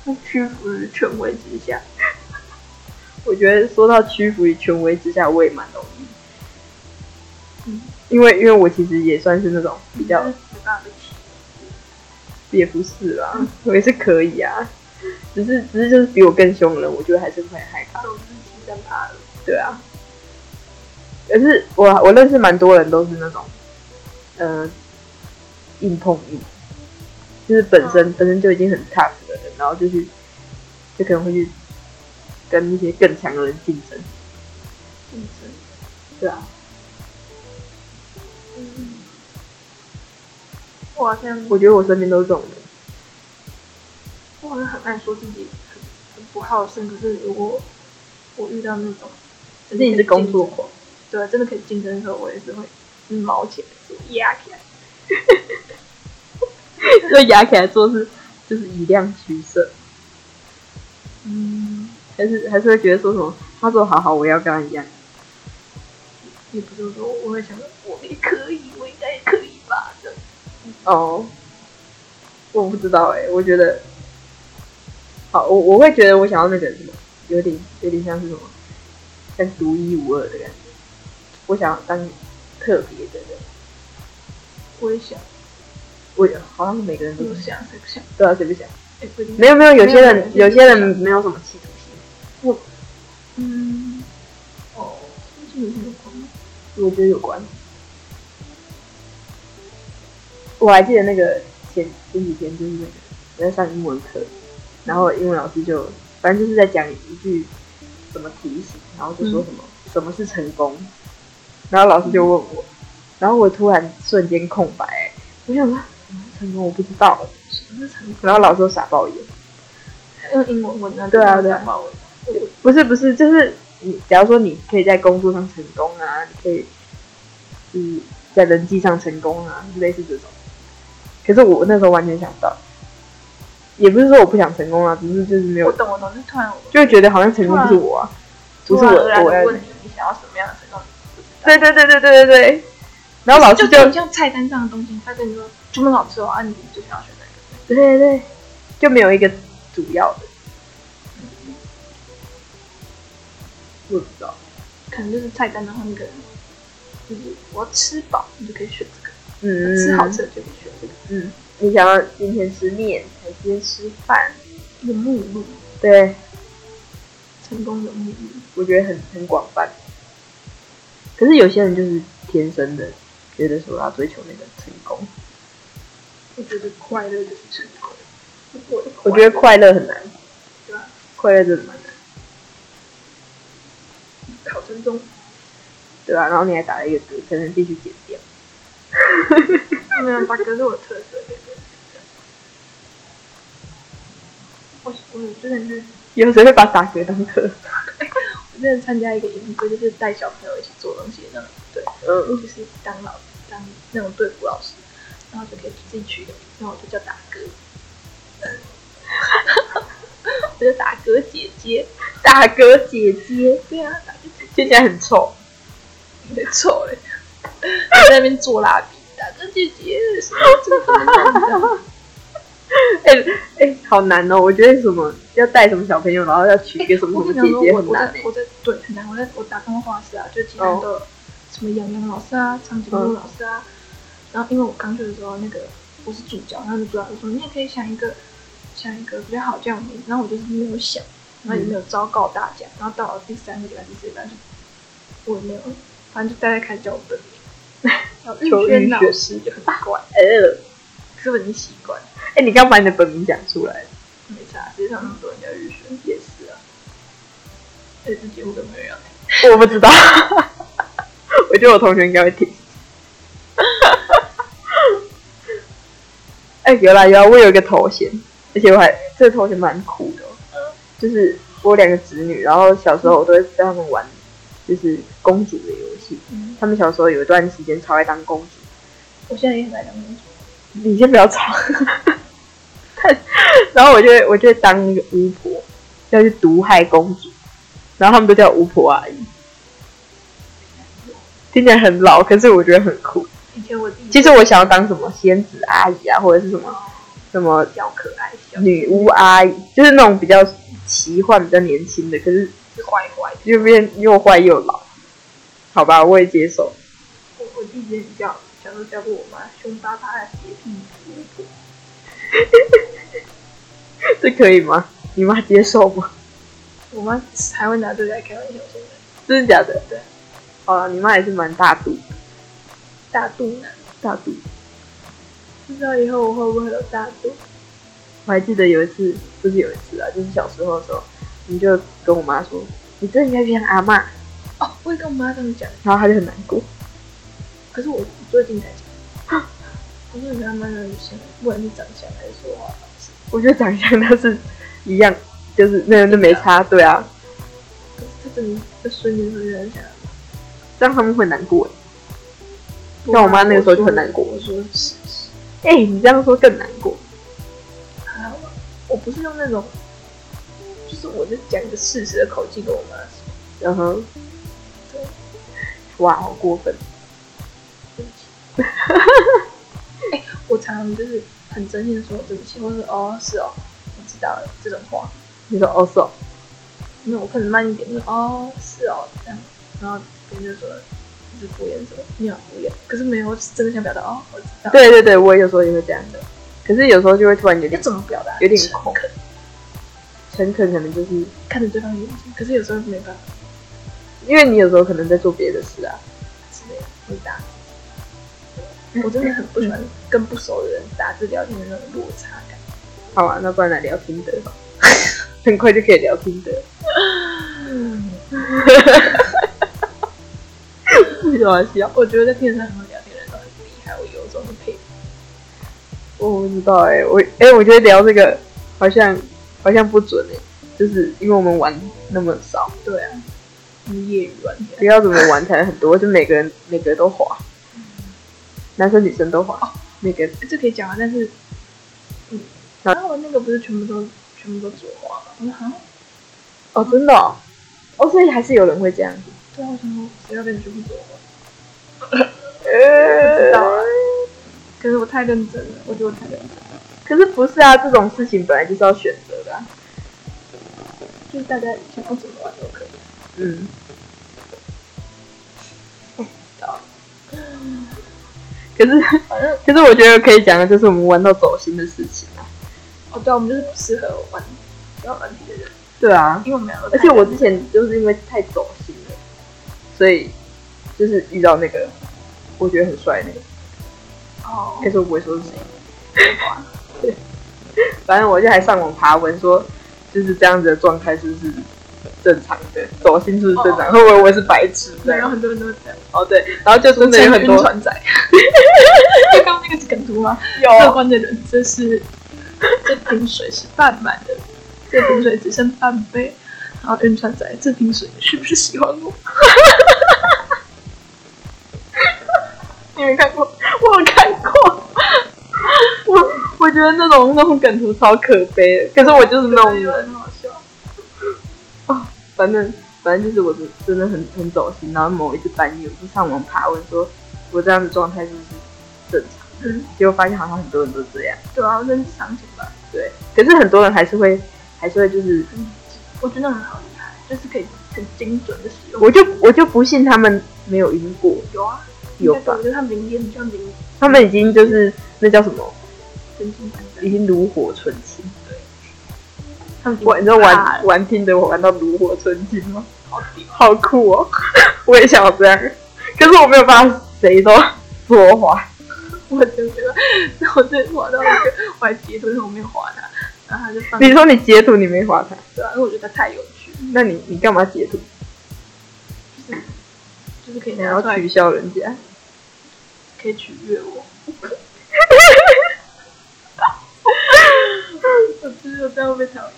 Speaker 3: 不屈服于权威之下。
Speaker 1: 我觉得说到屈服于权威之下，我也蛮容易。
Speaker 3: 嗯，
Speaker 1: 因为因为我其实也算是那种比较
Speaker 3: 你就是没办法被欺负。
Speaker 1: 也不是啦，我也是可以啊，只是只是就是比我更凶的人，我觉得还是会害怕。
Speaker 3: 都是欺善怕恶，
Speaker 1: 对啊，可是我我认识蛮多人都是那种，呃，硬碰硬，就是本身、本身就已经很 tough 的人，然后就去就可能会去跟一些更强的人竞争。
Speaker 3: 竞争。
Speaker 1: 对啊，
Speaker 3: 嗯，我好像
Speaker 1: 我觉得我身边都是这种人。
Speaker 3: 我好像很爱说自己很很不好胜，可是如果我遇到那种，
Speaker 1: 可是你是工作狂，
Speaker 3: 对，真的可以竞争的时候，我也是会嗯毛起来，就压起来。
Speaker 1: 所以牙起来做事就是以量取胜，
Speaker 3: 嗯，
Speaker 1: 还是还是会觉得说什么他说好好，我也要跟他一样。
Speaker 3: 也不是说我会想着我也可以，我应该也可以吧这样。
Speaker 1: 哦，我不知道哎、我觉得，好，我我会觉得我想要那个什么，有点有点像是什么，像独一无二的感觉。我想要当特别的人，
Speaker 3: 我也想，
Speaker 1: 我好像每个人都
Speaker 3: 我
Speaker 1: 是
Speaker 3: 想，谁不想？
Speaker 1: 对啊，谁不想？
Speaker 3: 哎，不一定。
Speaker 1: 没有没有，有些人
Speaker 3: 嗯没有
Speaker 1: 有些人没有什么企图心，
Speaker 3: 嗯，哦，跟这个有什么关系？
Speaker 1: 我觉得有关。我还记得那个前前几天就是那个我在上英文课，然后英文老师就反正就是在讲一句什么提醒，然后就说什么、什么是成功，然后老师就问我，然后我突然瞬间空白、啊我想说什么是成功我不知道，
Speaker 3: 什么是成功？
Speaker 1: 然后老师就傻爆眼，
Speaker 3: 用英文问他，
Speaker 1: 对啊对啊
Speaker 3: 讲法文，
Speaker 1: 不是不是，就是你，假如说你可以在工作上成功啊，你可以就是在人际上成功啊，类似这种。可是我那时候完全想不到，也不是说我不想成功啊，只是就是没
Speaker 3: 我
Speaker 1: 有，
Speaker 3: 懂我懂，就突然我
Speaker 1: 就会觉得好像成功不是我啊，不是
Speaker 3: 突然
Speaker 1: 我
Speaker 3: 而然
Speaker 1: 我
Speaker 3: 地
Speaker 1: 要。
Speaker 3: 问你你想要什么样的成功，
Speaker 1: 对对对对对对对。然后老师
Speaker 3: 就
Speaker 1: 就
Speaker 3: 就像菜单上的东西，他跟你说全部都好吃哦，啊你就想要选哪个？
Speaker 1: 对对对，就没有一个主要的。我不知道，
Speaker 3: 可能就是菜单的话，那个就是我要吃饱，你就可以选这个；
Speaker 1: 嗯，
Speaker 3: 吃好吃的就可以选这个。
Speaker 1: 嗯，你想要今天吃面，还是今天吃饭？
Speaker 3: 有目录，
Speaker 1: 对，
Speaker 3: 成功有目录，
Speaker 1: 我觉得很很广泛。可是有些人就是天生的，觉得说要追求那个成功。
Speaker 3: 我觉得快乐就是成功。我的
Speaker 1: 我觉得快乐很难，
Speaker 3: 对啊吧？
Speaker 1: 快乐真的蛮难，
Speaker 3: 考生中，
Speaker 1: 对吧、然后你还打了一个嗝，可能必须剪掉。
Speaker 3: 没有八哥是我的特色。我我有之前去，
Speaker 1: 有谁会把打嗝当课？
Speaker 3: 我之前参加一个营队，就是带小朋友一起做东西那种，对，
Speaker 1: 嗯，
Speaker 3: 就是当老当那种队服老师，然后就可以自己取一个名字，然后我就叫打哥， <laughs> 我就打哥姐姐，
Speaker 1: 打嗝姐姐
Speaker 3: 对啊，打哥姐
Speaker 1: 听起来很臭。
Speaker 3: 姐臭嘞，我在那边做蜡笔，打哥姐姐，什么这个不能这样这样
Speaker 1: 哎、哎、好难哦！我觉得什么要带什么小朋友，然后要取一个什么
Speaker 3: 我
Speaker 1: 什么
Speaker 3: 跟你
Speaker 1: 姐
Speaker 3: 讲
Speaker 1: 姐
Speaker 3: 说，我
Speaker 1: 很
Speaker 3: 我
Speaker 1: 难
Speaker 3: 在
Speaker 1: 哎、
Speaker 3: 我在对很难，我在我打工画室啊，就其他
Speaker 1: 哦嗯
Speaker 3: 都有什么杨洋老师啊、长颈鹿老师啊，然后因为我刚去的时候，那个我是主角，然后那主角就说你也可以想一个想一个比较好叫的名字，然后我就是没有想，然后也没
Speaker 1: 嗯
Speaker 3: 有昭告大家，然后到了第三个礼拜、第四个礼拜就我也没有，反正就大家开始叫我本名，然后
Speaker 1: 求玉
Speaker 3: 玉轩老
Speaker 1: 轩
Speaker 3: 师就很怪，
Speaker 1: 呃，
Speaker 3: 是不是已经习惯？
Speaker 1: 哎、你刚把你的本名讲出来，
Speaker 3: 没啥，世界上那么多人叫玉轩，也是啊，而且这节目都没有人要听。
Speaker 1: <laughs> 我不知道，我觉得我同学应该会听。 <laughs> 哎、有啦有啦，我有一个头衔，而且我还这个头衔蛮酷的哦、就是我有两个侄女，然后小时候我都会带他们玩，就是公主的游戏。
Speaker 3: 嗯，
Speaker 1: 他们小时候有一段时间超爱当公主，
Speaker 3: 我现在也很爱当公主。
Speaker 1: 你先不要吵。 <laughs> 然后我就会我就会当那个巫婆，要去毒害公主，然后他们都叫巫婆阿姨，听起来很老，可是我觉得很酷。
Speaker 3: 以前我弟
Speaker 1: 其实我想要当什么仙子阿姨啊，或者是什么什么
Speaker 3: 小可爱，小
Speaker 1: 女巫阿姨，就是那种比较奇幻、比较年轻的，可是
Speaker 3: 坏坏的。
Speaker 1: 又变又坏又老。好吧，我也接受。 <laughs>
Speaker 3: 我我弟之前叫，小时候叫过我妈凶巴巴的洁癖姑婆，
Speaker 1: 这可以吗？你妈接受吗？
Speaker 3: 我妈还会拿这个来开玩笑说
Speaker 1: 真的假的？
Speaker 3: 对。
Speaker 1: 好了，你妈也是蛮大度的，
Speaker 3: 大肚腩，
Speaker 1: 大度的。
Speaker 3: 不知道以后我会不会有大肚？
Speaker 1: 我还记得有一次，不是有一次啊，就是小时候的时候，你就跟我妈说，你真的应该去当阿嬷，
Speaker 3: 哦，我也跟我妈这样讲，
Speaker 1: 然后她就很难过。
Speaker 3: 可是我最近才讲，哦我说你跟他妈的想，不管是长相还是说话，
Speaker 1: 我觉得长相那是一样，就是那那没差，对啊，
Speaker 3: 可是他真的这瞬间会让人想。
Speaker 1: 这样他们会难过。像我妈那个时候就很难过
Speaker 3: 我说是是
Speaker 1: 哎、你这样说更难过。
Speaker 3: 啊，我不是用那种，就是我就讲一个事实的口气跟我妈说。
Speaker 1: 嗯哼
Speaker 3: 对，
Speaker 1: 哇，好过分。
Speaker 3: 对不起。 <laughs> 哎、我常常就是很真心的说对不起，或者是哦是哦，我知道了这种话。
Speaker 1: 你说哦，是哦，
Speaker 3: 没有，我可能慢一点，就是哦是哦这样，然后别人就说你是敷衍什么，你很敷衍。可是没有，我是真的想表达哦，我知道。，
Speaker 1: 对对对，我有时候也会这样的，可是有时候就会突然有
Speaker 3: 要
Speaker 1: 点
Speaker 3: 怎么表达？
Speaker 1: 有点
Speaker 3: 诚
Speaker 1: 空
Speaker 3: 恳，
Speaker 1: 诚恳，可能就是
Speaker 3: 看着对方的眼睛，可是有时候没办法
Speaker 1: 因为你有时候可能在做别的事啊。
Speaker 3: 之类的，回答。
Speaker 1: 嗯
Speaker 3: 我真的很不喜欢跟不熟的人打字聊天的那种落差感。
Speaker 1: 好啊，那不然来聊心得吧， <laughs> 很快就可以聊心得。 <laughs>
Speaker 3: 嗯，
Speaker 1: 为什么要笑？
Speaker 3: 我觉得在电视上聊天的人都很厉害，我有种佩
Speaker 1: 欸
Speaker 3: 服。
Speaker 1: 我不知道哎、我哎、我觉得聊这个好像好像不准哎、就是因为我们玩那么少，
Speaker 3: 对啊，就是业余玩家。
Speaker 1: 不要怎么玩才很多，就每个人 <laughs> 每个都滑，男生女生都滑，每个
Speaker 3: 这可以讲啊，但是，嗯，
Speaker 1: 好
Speaker 3: 然后我那个不是全部都全部都左滑吗？我说啊，
Speaker 1: 哦真的哦，哦所以还是有人会这样，
Speaker 3: 对啊，我想说谁要跟你全部左滑？
Speaker 1: 呃
Speaker 3: 不知道啊可是我太认真了，我觉得我太认真了，
Speaker 1: <laughs> 可是不是啊，这种事情本来就是要选择的、啊，
Speaker 3: 就是大家想要怎么玩都可以。
Speaker 1: 嗯，哦可是
Speaker 3: 反正
Speaker 1: 可是我觉得可以讲的就是我们玩到走心的事情啊，
Speaker 3: 哦，对啊、我们就是不适合玩不要玩别的人，
Speaker 1: 对啊，
Speaker 3: 因为我们两个太
Speaker 1: 而且我之前就是因为太走心了，所以就是遇到那个我觉得很帅的那个，
Speaker 3: 哦
Speaker 1: 但是我不会说是谁。对，反正我就还上网爬文说，就是这样子的状态是不是正常的，走心是不是正常？会不会我是白痴这
Speaker 3: 对，然后
Speaker 1: 样？
Speaker 3: 很多人都这样，
Speaker 1: 哦对，然后就真的有很多
Speaker 3: 俗称
Speaker 1: <laughs>
Speaker 3: 晕船仔。 <laughs> 刚刚那个是梗图吗？乐
Speaker 1: 有
Speaker 3: 观的人，这是 <laughs> 这瓶水是半满的，这瓶水只剩半杯。然后晕船仔，这瓶水是不是喜欢我？你没看过？
Speaker 1: 我有看过，我我觉得那种那种梗图超可悲的，可是我就是那种
Speaker 3: 对
Speaker 1: 人，
Speaker 3: 很好笑。
Speaker 1: 反正反正就是我是真的很很走心，然后某一次半夜我就上网爬文说，我这样的状态是不是正常？
Speaker 3: 嗯，
Speaker 1: 结果发现好像很多人都这样，
Speaker 3: 对啊，认知场景吧，
Speaker 1: 对，可是很多人还是会还是会就是
Speaker 3: 我觉得很好厉害，就是可以很精准的使用。
Speaker 1: 我就我就不信他们没有晕过，
Speaker 3: 有啊，
Speaker 1: 有
Speaker 3: 应该是
Speaker 1: 吧
Speaker 3: 我觉得他明天就明
Speaker 1: 他们已经就是那叫什么，
Speaker 3: 真心版
Speaker 1: 已经炉火纯青。
Speaker 3: 他们已经
Speaker 1: 我你知道
Speaker 3: 怕
Speaker 1: 玩
Speaker 3: 了 <laughs>
Speaker 1: 玩听的我玩到炉火纯青吗？
Speaker 3: 好屌
Speaker 1: 好酷哦！我也想要这样，可是我没有办法，谁都左滑。
Speaker 3: 我真觉得， <laughs> 然后我真的滑到一个，我还截图，但是我没有滑它，然后他就放
Speaker 1: 你说你截图你没滑它，
Speaker 3: 对啊，因为我觉得它太有趣，
Speaker 1: 那你你干嘛截图？
Speaker 3: 就是可以
Speaker 1: 你
Speaker 3: 拿
Speaker 1: 要
Speaker 3: 出来
Speaker 1: 取笑人家？ <laughs>
Speaker 3: 可以取悦我。我只有这样被讨厌，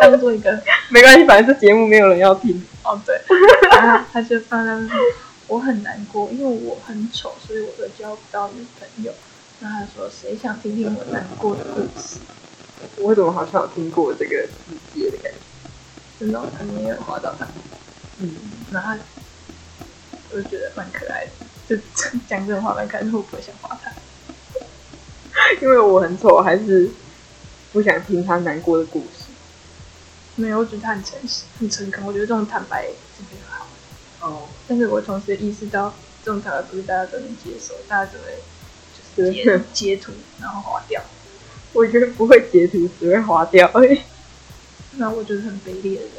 Speaker 3: 当做一个
Speaker 1: 没关系，反正这节目没有人要听。
Speaker 3: 哦对，然后啊他就放在那边，我很难过，因为我很丑，所以我都交不到女朋友。然后他说，谁想听听我难过的故事？
Speaker 1: 我怎么好像有听过这个字节的感觉？
Speaker 3: 真的，他没有滑到他。
Speaker 1: 嗯，
Speaker 3: 然后我就觉得蛮可爱的，就讲这种话蛮可爱的，我不会想画他。
Speaker 1: 因为我很丑，还是不想听他难过的故事。
Speaker 3: 没有，我觉得他很诚实、很诚恳，我觉得这种坦白真的很好。
Speaker 1: 哦，
Speaker 3: 但是我同时意识到，这种坦白不是大家都能接受，大家只会就是截
Speaker 1: 对
Speaker 3: 截图然后划掉。
Speaker 1: <laughs> 我觉得不会截图，只会划掉而已。
Speaker 3: 那我觉得很卑劣的人，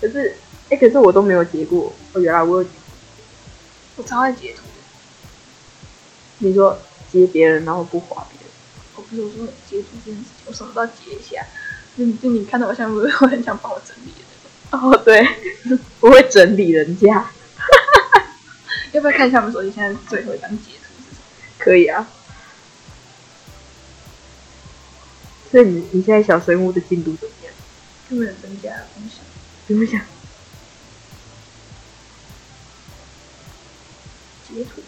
Speaker 1: 可是，哎、可是我都没有截过。哦，原来我有，
Speaker 3: 我超爱截图的。
Speaker 1: 你说截别人，然后不划别人。
Speaker 3: 我不是我说截图这件事情，我什么都要截一下。就就你看到我像不是我很想帮我整理的那种，
Speaker 1: 哦， <laughs> 对，不会整理人家，
Speaker 3: 要不要看一下我们手机现在最后一张截图是什么？
Speaker 1: 可以啊。所以你你现在小生物的进度怎么样？
Speaker 3: 有没有增加东西？
Speaker 1: 怎么想？
Speaker 3: 截图。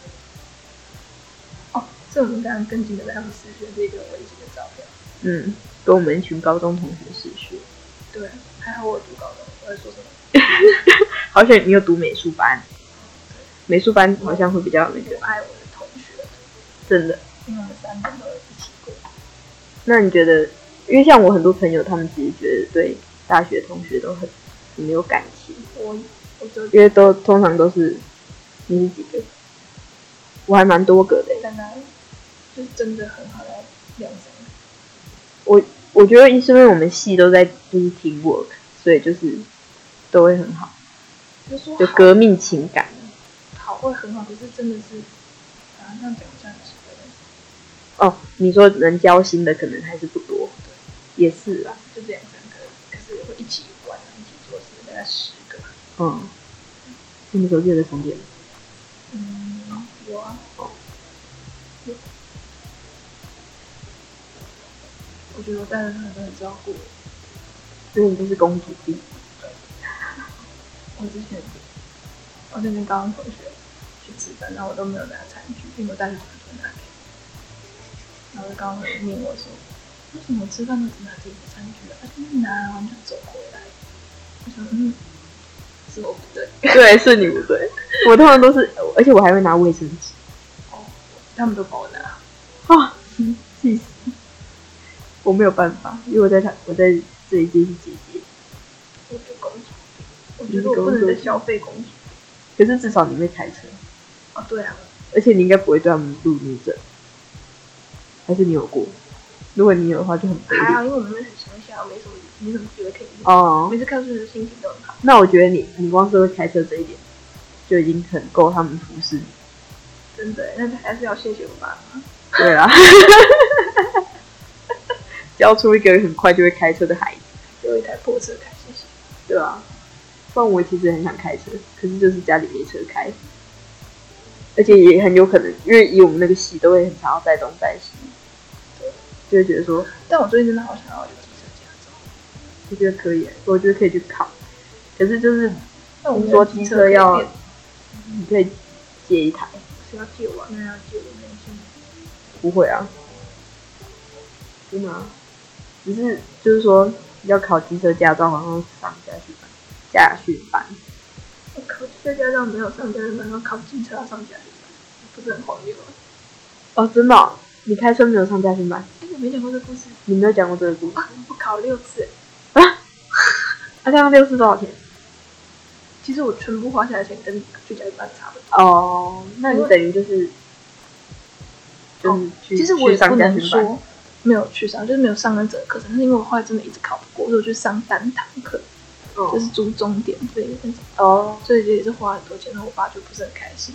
Speaker 3: 哦，这我们刚刚跟进的赖姆斯学这个危机的照片。
Speaker 1: 嗯，跟我们一群高中同学试学，
Speaker 3: 对，还好我有读高中，我在说什么？
Speaker 1: 好像你有读美术班，美术班好像会比较那个，
Speaker 3: 我爱我的同学，
Speaker 1: 真的。
Speaker 3: 因为我们三个都一起过。
Speaker 1: 那你觉得，因为像我很多朋友，他们其实觉得对大学同学都很很没有感情，
Speaker 3: 我我只有
Speaker 1: 因为都通常都是你是几个？我还蛮多个的欸、
Speaker 3: 跟他就是真的很好的两三个。
Speaker 1: 我我觉得是因为我们系都在就是 team work，所以就是都会很好，
Speaker 3: 就说
Speaker 1: 就
Speaker 3: 好
Speaker 1: 革命情感。
Speaker 3: 好会很好，可是真的是啊，这样讲这样奇怪，
Speaker 1: 哦，你说能交心的可能还是不多，也是啦。
Speaker 3: 啊就这两三个，可是会一起玩，一起做事，大概十个。
Speaker 1: 嗯，那你手机有在充电吗？
Speaker 3: 嗯，有啊。有我觉得我大人很多很照顾我。
Speaker 1: 所以你就是公主病。
Speaker 3: 我之前我那边高中同学去吃饭，然后我都没有拿餐具，因为我带着馄饨拿给我。然后高中同学问我说：“为什么我吃饭都只拿自己的餐具啊？他就是拿然后就走回来。”我想，嗯，是我不对。
Speaker 1: 对，是你不对。 <laughs> 我通常都是，而且我还会拿卫生纸
Speaker 3: 哦，他们都帮我拿。
Speaker 1: 啊，气死！我没有办法，因为我在他，我在这一届是姐姐，
Speaker 3: 我就公主病，我觉得我不能再消费公主。
Speaker 1: 可是至少你会开车，
Speaker 3: 哦，对啊，
Speaker 1: 而且你应该不会对他们路怒症，还是你有过？如果你有的话，就很悲
Speaker 3: 还
Speaker 1: 凉
Speaker 3: 好，因为我们那很乡下，没什么没什么觉得可以用。
Speaker 1: 哦。
Speaker 3: 每次看书的心情都很好。
Speaker 1: 那我觉得你，你光是会开车这一点，就已经很够他们服侍你。
Speaker 3: 真的，但是还是要谢谢我爸妈。
Speaker 1: 对啊啦， <laughs> 教出一个很快就会开车的孩子，
Speaker 3: 有一台破车开，谢谢。
Speaker 1: 对吧？不然我其实很想开车，可是就是家里没车开，而且也很有可能，因为以我们那个系都会很常要载东载西，就会觉得说，
Speaker 3: 但我最近真的好想要有机车驾照。
Speaker 1: 我觉得可以，我觉得可以去考，可是就是
Speaker 3: 但我
Speaker 1: 听
Speaker 3: 们
Speaker 1: 说
Speaker 3: 说
Speaker 1: 机
Speaker 3: 机
Speaker 1: 车
Speaker 3: 车
Speaker 1: 要
Speaker 3: 要
Speaker 1: 你可以借一台，
Speaker 3: 是要借我，那要借我耐心。
Speaker 1: 不会啊，真的啊，只是就是说要考机车驾照，好像是上下去班，下去班。
Speaker 3: 我考机车驾照没有上驾驶班，然后考机车要上驾驶班，不是很荒谬啊吗？
Speaker 1: 哦，真的哦、你开车没有上驾训班？
Speaker 3: 哎，我没讲过这故事
Speaker 1: 你没有讲过这个故事。
Speaker 3: 啊！我考六次，啊
Speaker 1: 那这样六是多少钱？
Speaker 3: 其实我全部花下来的钱跟去驾驶班差不多。
Speaker 1: 哦，那你
Speaker 3: 因为
Speaker 1: 等于就是就是去、
Speaker 3: 哦其实我也
Speaker 1: 去
Speaker 3: 不
Speaker 1: 上驾
Speaker 3: 能
Speaker 1: 训班。
Speaker 3: 说没有去上，就是没有上那整个课程，但是因为我后来真的一直考不过，所以我就上单堂课，
Speaker 1: 哦
Speaker 3: 就是注重点之类的，但是
Speaker 1: 哦，
Speaker 3: 所以也是花很多钱，然后我爸就不是很开心，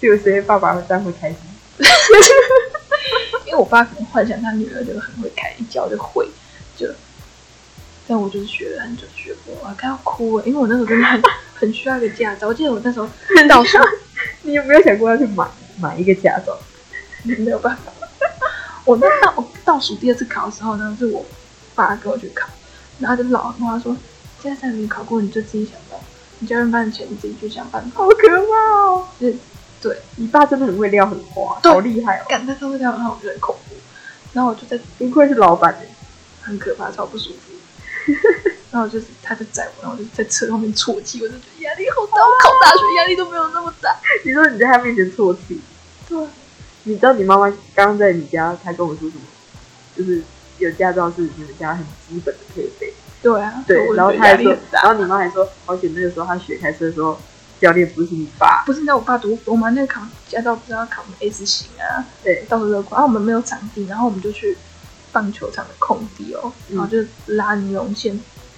Speaker 1: 就有谁爸爸会这样会开心？
Speaker 3: <laughs> 因为我爸可能幻想他女儿就很会开，一教就会，就，但我就是学了很久学不会，我还快要哭了，因为我那时候真的很很需要一个驾照，我记得我那时候到处
Speaker 1: <laughs> 你有没有想过要去买买一个驾照？
Speaker 3: 没有办法，我那倒我倒数第二次考的时候呢，是我爸跟我去考，然后他就老跟我说，现在再没考过你就自己想办法，你教练班的钱你自己去想办法，
Speaker 1: 好可怕哦！
Speaker 3: 就是对，
Speaker 1: 你爸真的很会撩狠话，
Speaker 3: 对
Speaker 1: 好厉害哦！
Speaker 3: 干他他会这样让我觉得很恐怖，然后我就在
Speaker 1: 不愧是老板欸
Speaker 3: 很可怕，超不舒服。 <laughs> 然后就是他就载我，然后我就在车后面啜泣，我就觉得压力好大，我考大学压力都没有那么大。
Speaker 1: 你说你在他面前啜泣，
Speaker 3: 对啊，
Speaker 1: 你知道你妈妈刚刚在你家，她跟我说什么？就是有驾照是你们家很基本的配备。
Speaker 3: 对啊，
Speaker 1: 对，
Speaker 3: 我就
Speaker 1: 然后
Speaker 3: 觉
Speaker 1: 他
Speaker 3: 得
Speaker 1: 还
Speaker 3: 压力
Speaker 1: 说
Speaker 3: 很，
Speaker 1: 然
Speaker 3: 大。
Speaker 1: 后你妈还说，而且那个时候他学开车的时候，教练不是你爸，
Speaker 3: 不是你知道我爸读我们那个考驾照不是要考 S 型啊，
Speaker 1: 对，
Speaker 3: 到处都考，然后我们没有场地，然后我们就去棒球场的空地哦，
Speaker 1: 嗯
Speaker 3: 然后就拉尼龙线，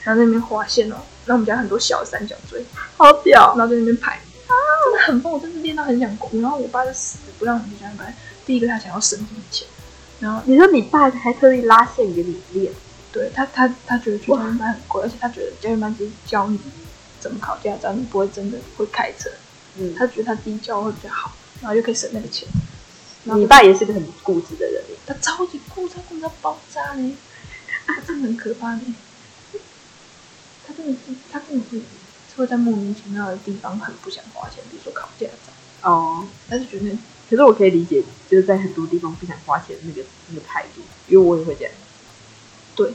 Speaker 3: 然后在那边划线哦，然后我们家很多小的三角锥，
Speaker 1: 好屌
Speaker 3: 然，后在那边排，啊真的很疯，我真是练到很想哭。然后我爸就死不让我们去上班，第一个他想要省你钱，然后
Speaker 1: 你说你爸还特地拉线给你练，
Speaker 3: 对他，他他觉得去教练班很贵，而且他觉得教练班只是教你怎么考驾照，你不会真的会开车。
Speaker 1: 嗯，
Speaker 3: 他觉得他自己教会比较好，然后就可以省那个钱。然后
Speaker 1: 你爸也是个很固执的人，
Speaker 3: 他超级酷，他酷到爆炸呢，他真的很可怕呢。他真的是，他真的是会在莫名其妙的地方很不想花钱，比如说考驾照，
Speaker 1: 哦，
Speaker 3: 他就觉得
Speaker 1: 可是我可以理解，就是在很多地方不想花钱的那个那个态度，因为我也会这样，
Speaker 3: 对，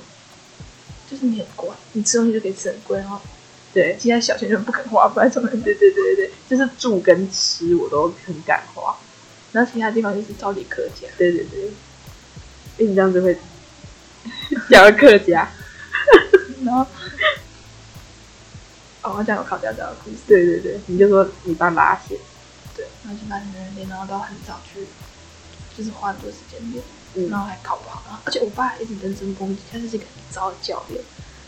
Speaker 3: 就是你很乖，你吃东西就可以吃很贵，然后
Speaker 1: 对，
Speaker 3: 其他小钱就很不肯花，不然怎么
Speaker 1: <laughs> 对对对对对，就是住跟吃我都很敢花，
Speaker 3: 然后其他地方就是超级客家。
Speaker 1: 对对对，因为你这样子会 <laughs> 讲到客家，
Speaker 3: 然后，哦，这样有考驾照的故事，
Speaker 1: 对对对，你就说你爸拉线，
Speaker 3: 对，然后就把整个人练，然后到很早去，就是花很多时间练，
Speaker 1: 嗯
Speaker 3: 然后还考不好，然后而且我爸还一直认真攻击，他就是一个很糟的教练，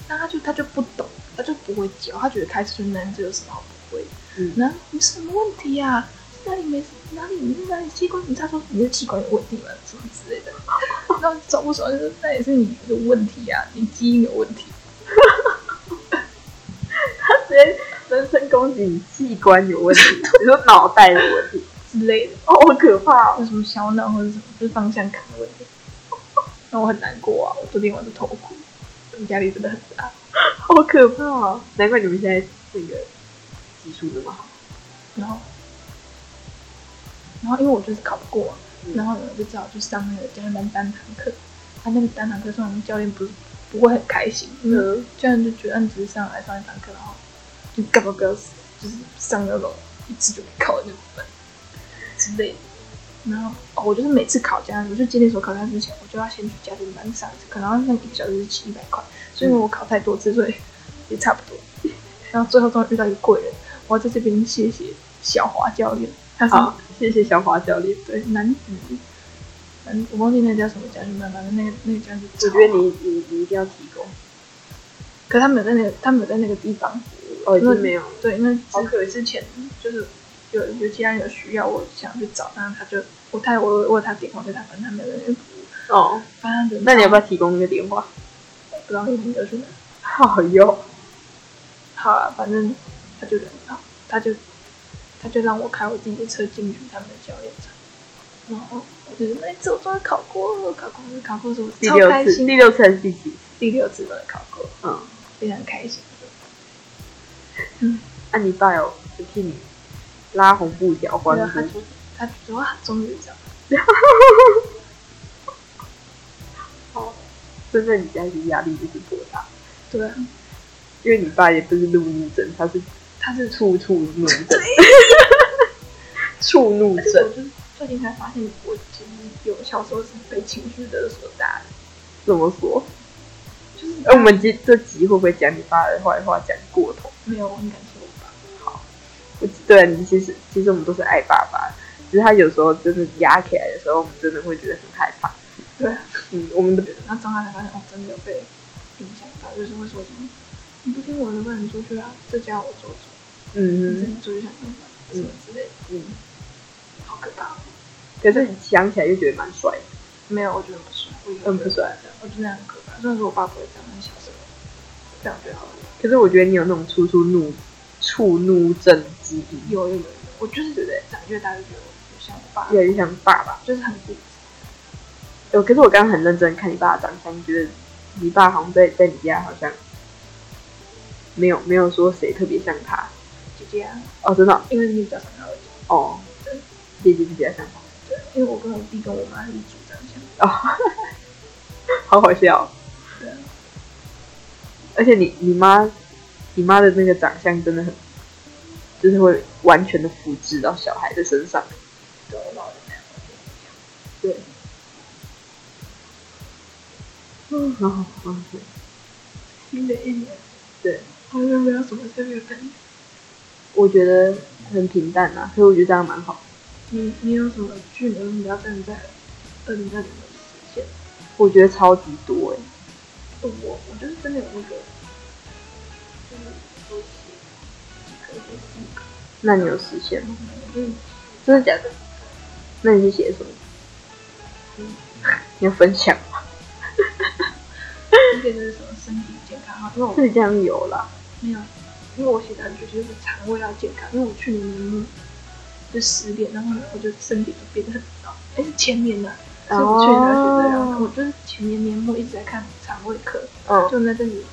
Speaker 3: 那他就他就不懂，他就不会教，他觉得开车就那样，这有什么好不会的？
Speaker 1: 嗯
Speaker 3: 那你什么问题呀、啊？哪里没哪里你哪里器官？你他说你的器官有问题吗？什么之类的， <laughs> 那找不着就是那也是你的问题呀、啊，你基因有问题。
Speaker 1: <laughs> 直接人身攻击你器官有问 <laughs> 题，你说脑袋有 <laughs> 问题，
Speaker 3: 之类的，
Speaker 1: 哦，好可怕、哦！
Speaker 3: <laughs> 有什么小脑或者什么，就是方向感的问题。让我很难过啊！我昨天晚上痛哭，压力真的很大。
Speaker 1: 好可怕啊！难怪你们现在那个技术这么好。
Speaker 3: 然后，然后因为我就是考不过、啊，
Speaker 1: 嗯
Speaker 3: 然后呢就只好去上那个教练班单堂课。他、那个单堂课上，我们教练不是不会很开心，因
Speaker 1: 嗯
Speaker 3: 为教练就觉得你只是上来上一堂课，然后你干嘛不要死就是上那种一次就没考的那种班之类的。然后哦，我就是每次考驾，我就今天所考驾之前，我就要先去家政班上一次课，然后那一个小时是七百块，所以我考太多次，所以也差不多。
Speaker 1: 嗯
Speaker 3: 然后最后终于遇到一个贵人，我要在这边谢谢小华教练，他是、
Speaker 1: 好，谢谢小华教练。
Speaker 3: 对呃男子，反正我忘记那叫什么家政班，反正那个那个教练
Speaker 1: 我
Speaker 3: 是
Speaker 1: 觉得你你你一定要提供。
Speaker 3: 可他没有在那个他没有在那个地方，
Speaker 1: 哦，已
Speaker 3: 那
Speaker 1: 经没有。
Speaker 3: 对，那
Speaker 1: 好
Speaker 3: 可之前就是有有其他人有需要，我想去找，但是他就我他我我有他电话给他，反正他没有在那边服务，
Speaker 1: 哦，
Speaker 3: 反正他人
Speaker 1: 那你要不
Speaker 3: 超
Speaker 1: 要提供一个电话？
Speaker 3: 不知道有没有去哪？
Speaker 1: 好哟，
Speaker 3: 好了，反正他就人好，他就他就让我开我自己的车进去他们的教练场，然后我就那一次我终于考过了，考过了，考过了，我
Speaker 1: 第
Speaker 3: 超
Speaker 1: 六
Speaker 3: 开
Speaker 1: 次，
Speaker 3: 心，
Speaker 1: 第六次还是第几次？
Speaker 3: 第六次都有考过，
Speaker 1: 嗯，
Speaker 3: 非常开心。
Speaker 1: 那你爸有就替你拉红布条欢
Speaker 3: 然后他
Speaker 1: 呼？
Speaker 3: 就他就说哇，终于这样，
Speaker 1: 真正你家其实压力就是多大，
Speaker 3: 对啊，
Speaker 1: 因为你爸也不是路怒症，他是
Speaker 3: 他是
Speaker 1: 处处怒症， <laughs> 触怒
Speaker 3: 但是我
Speaker 1: 症，
Speaker 3: 就是最近才发现，我其实有小时候是被情绪勒索大的，
Speaker 1: 怎么说？
Speaker 3: 就是
Speaker 1: 哎、我们这这集会不会讲你爸的坏话讲过头？
Speaker 3: 没有，我很感谢我爸，
Speaker 1: 我对啊，你其实其实我们都是爱爸爸的，只是他有时候真的压起来的时候，我们真的会觉得很害怕。
Speaker 3: 对啊，
Speaker 1: 嗯，我们的
Speaker 3: 然后长大才发现，哦，真的有被影响到，就是会说什么，你不听我的，不能出去啊，这家我做主，
Speaker 1: 嗯
Speaker 3: 你真
Speaker 1: 嗯
Speaker 3: 的出去想办法，什么之类的，
Speaker 1: 嗯，
Speaker 3: 好可怕。哦
Speaker 1: 可是想起来又觉得蛮帅的，
Speaker 3: 没有，我觉得不帅，我以为
Speaker 1: 嗯，不，帅。
Speaker 3: 我觉得那样很可怕。虽然说我爸不会这样，但是小时候这样觉得好像
Speaker 1: 可是我觉得你有那种处处怒触怒症基因，
Speaker 3: 有有有，有我就是觉得长越大就觉得我像我爸，
Speaker 1: 越来越像爸爸。
Speaker 3: 就是很固执。
Speaker 1: 呃，可是我刚刚很认真看你爸的长相，觉得你爸好像在在你家好像没有没有说谁特别像他
Speaker 3: 姐姐啊，
Speaker 1: 哦，真的哦
Speaker 3: 因为你比较常看到我姐姐。
Speaker 1: 哦，姐姐是比较像他
Speaker 3: 因为我跟我弟跟我妈是组长相，
Speaker 1: 好好笑哦、
Speaker 3: 对啊
Speaker 1: 而且你你妈你妈的那个长相真的很，就是会完全的复制到小孩的身上。 <laughs>
Speaker 3: 对我老人那样。
Speaker 1: 对。嗯，好好好，好
Speaker 3: 新的一年
Speaker 1: 对，
Speaker 3: 好像没有什么特别感觉。
Speaker 1: 我觉得很平淡啊，所以我觉得这样蛮好。
Speaker 3: 你你有什么去年比较站在二零二零的实现？
Speaker 1: 我觉得超级多哎、
Speaker 3: 我我就是真的有那个，就是有几个就是几个，
Speaker 1: 那你有实现吗？
Speaker 3: 嗯，
Speaker 1: 真的假的？那你是写什么？嗯 <laughs> 你要分享吗？
Speaker 3: 一个就是什么身体健康啊，因为我
Speaker 1: 是这样有啦，
Speaker 3: 没有，因为我写的很具体，就是肠胃要健康，因为我去年年末就失恋，然后呢我就身体就变得很糟，哎，是前年的、所以我去年才学这
Speaker 1: 哦
Speaker 3: 样，我就是前年年末一直在看肠胃科，
Speaker 1: 嗯，
Speaker 3: 就那阵子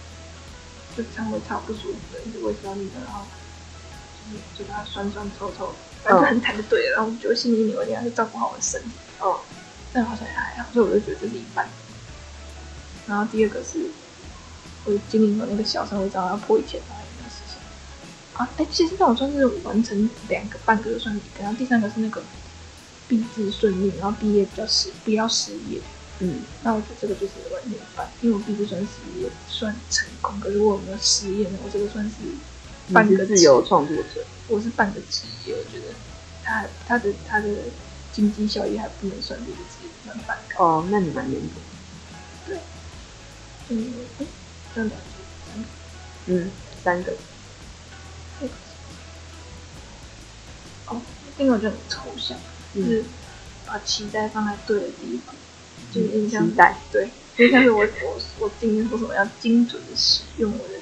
Speaker 3: 就肠胃超不舒服的，一直胃酸逆的，然后就是嘴巴酸酸臭臭，反正就很惨就对了。然后我觉得心里有点要照顾好我的身体，
Speaker 1: 哦，
Speaker 3: 但好像也还好，所以我就觉得这是一半。然后第二个是我的经营的那个小生活账要破一千八那个事情啊，哎、其实那我算是完成两个半个就算一个，然后第三个是那个毕制顺利，然后毕业比较失不要失业，
Speaker 1: 嗯，
Speaker 3: 那我觉得这个就是完全一半，因为我毕竟算失业算成功，可是我没有失业呢，我这个算是半
Speaker 1: 你
Speaker 3: 个
Speaker 1: 是自
Speaker 3: 职
Speaker 1: 由，创作者，
Speaker 3: 我是半个职业，我觉得他还他的他的经济效益还不能算这个职业，算半个。
Speaker 1: 哦，那你蛮严格，
Speaker 3: 嗯，哎，这样两个三个
Speaker 1: 嗯，三个，
Speaker 3: 四个哦，另外我觉得很抽象，就
Speaker 1: 嗯，
Speaker 3: 是把期待放在对的地方，就是印象
Speaker 1: 期待，
Speaker 3: 对，就像是我我我今天说什么要精准的使用我的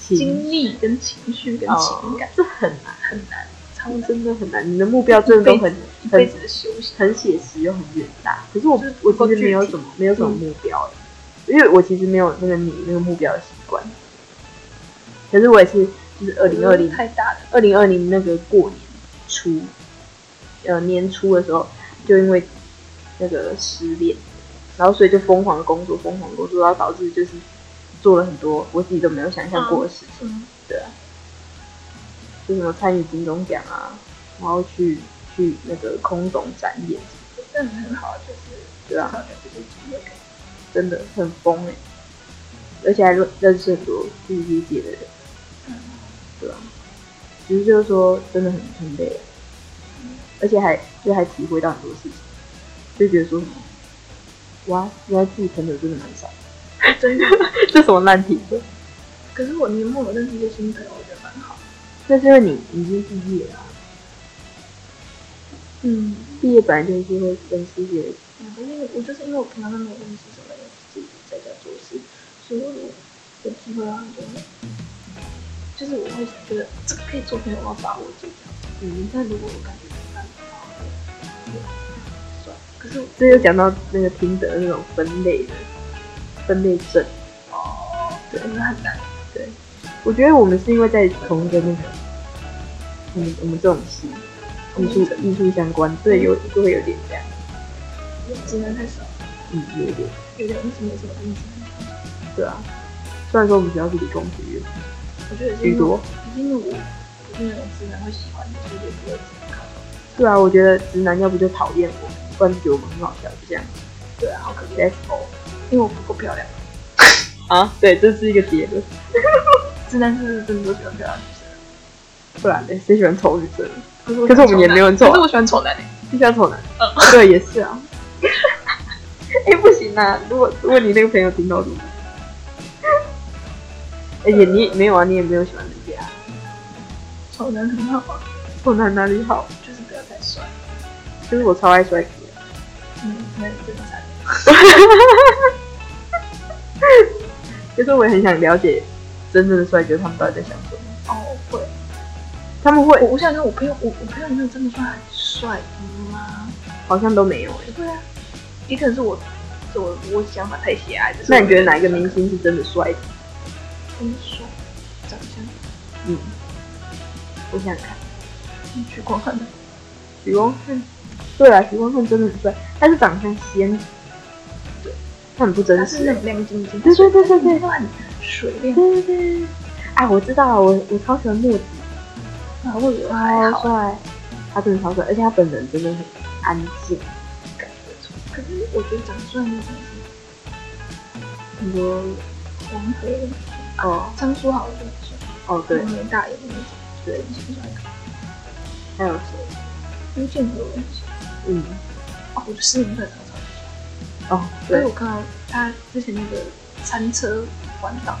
Speaker 1: 期哦
Speaker 3: 精力跟情绪跟情感，
Speaker 1: 这很难，
Speaker 3: 哦很难，长
Speaker 1: 嗯
Speaker 3: 的，
Speaker 1: 真的很难，你的目标真的都很
Speaker 3: 一辈
Speaker 1: 很
Speaker 3: 子的休息。
Speaker 1: 很写实又很远大。可是我
Speaker 3: 就是不
Speaker 1: 我
Speaker 3: 够
Speaker 1: 其实没有
Speaker 3: 具
Speaker 1: 什
Speaker 3: 体嗯
Speaker 1: 么没有什么目标、欸，因为我其实没有那个你那个目标的习惯。可是我也是，就是二零二零
Speaker 3: 太大了，
Speaker 1: 二零二零那个过年初，呃年初的时候，就因为那个失恋，然后所以就疯狂工作，疯狂工作，然后导致就是做了很多我自己都没有想象过的事情，啊
Speaker 3: 嗯，
Speaker 1: 就什么参与金钟奖啊，然后去去那个空总展演，
Speaker 3: 真的很好，就是
Speaker 1: 对啊
Speaker 3: 至少有这个经验感。
Speaker 1: 真的很疯哎、而且还认认识很多 PPT 界的人，
Speaker 3: 嗯
Speaker 1: 对吧、其实就是说，真的很很累、啊，而且还就还体会到很多事情，就觉得说什么，哇，原来自己朋友真的蛮少，
Speaker 3: 真的。
Speaker 1: <laughs> 这什么烂题目？
Speaker 3: 可是我年末有认识一些新朋友，我觉得蛮好。
Speaker 1: 那是因为你已经毕业了啊、
Speaker 3: 嗯，
Speaker 1: 毕业本来就是会跟世界
Speaker 3: 可是因为我就是因为我平常都没有认识什么人，自己在家做事，所以我有机会让很多人，嗯就是我会觉得嗯这个可以做朋友，我要把握住这样。
Speaker 1: 嗯，
Speaker 3: 但如果我感觉没办法，我就算了。可是我
Speaker 1: 这就讲到那个听的那种分类的分类症。
Speaker 3: 对，真的很难。
Speaker 1: 我觉得我们是因为在同一个那个，我们我们这种系艺术艺术相关，对，有就会有点这样，
Speaker 3: 技能太少，
Speaker 1: 嗯，有一点，
Speaker 3: 有点一直没什么认真。
Speaker 1: 对啊。虽然说我们学校是理工学院，
Speaker 3: 我觉得也是
Speaker 1: 居
Speaker 3: 因为
Speaker 1: 多
Speaker 3: 我，，也是因为我不是那种自然会喜欢的，所以就不会自己看。
Speaker 1: 对啊，我觉得直男要不就讨厌我们，不然就觉得我们很好笑，就这样。
Speaker 3: 对啊，好可怜，
Speaker 1: That's all。
Speaker 3: 因为我不够漂亮。
Speaker 1: 啊，对，这是一个结论，
Speaker 3: 直男是不是真的都喜欢漂亮女生？
Speaker 1: 不然呢，谁喜欢丑女生？
Speaker 3: 可是我
Speaker 1: 可是我们也没有人丑啊
Speaker 3: 可是我喜欢丑男、欸，
Speaker 1: 你喜欢丑男？对，也是啊。哎、不行啊！如果如果你那个朋友听到怎么办？而且你也没有啊，你也没有喜欢人家啊，
Speaker 3: 丑男很好啊，
Speaker 1: 丑男哪里好？
Speaker 3: 就是不要太帅。
Speaker 1: 其实我超爱帅哥，
Speaker 3: 嗯，那真的才
Speaker 1: 可是我也很想了解真正的帅哥他们到底在想什么。
Speaker 3: 哦会。
Speaker 1: 他们会
Speaker 3: 我我想说，我朋友，我我朋友没有真的算很帅吗？
Speaker 1: 好像都没有哎、
Speaker 3: 对啊，也可能是我，是我我想法太狭隘。
Speaker 1: 那你觉得哪一个明
Speaker 3: 明
Speaker 1: 星是真的帅的？
Speaker 3: 真帅？长相，
Speaker 1: 嗯，我想想看，
Speaker 3: 你去光看的，
Speaker 1: 许光汉。对啊，许光汉真的很帅，但是长相仙，对，他很不真
Speaker 3: 但是
Speaker 1: 实
Speaker 3: 那
Speaker 1: 欸、
Speaker 3: 种亮晶晶，
Speaker 1: 对对对对对
Speaker 3: 就很水亮。
Speaker 1: 对对对，啊，我知道了，我我超喜欢墨子，
Speaker 3: 然后我觉得还
Speaker 1: 超
Speaker 3: 好，
Speaker 1: 帅，他真的超帅，而且他本人真的很安静，
Speaker 3: 感觉出。可是我觉得长得帅的那种是
Speaker 1: 很多
Speaker 3: 黄河的，
Speaker 1: 哦
Speaker 3: 张书豪我觉得很帅。
Speaker 1: 哦对，
Speaker 3: 很大眼的那种，对，很帅。
Speaker 1: 还有谁？
Speaker 3: 因为建和我很喜欢，
Speaker 1: 嗯，
Speaker 3: 哦，我觉得施明特长超级帅。
Speaker 1: 哦
Speaker 3: 所以
Speaker 1: 对
Speaker 3: 我，看到他之前那个餐车环岛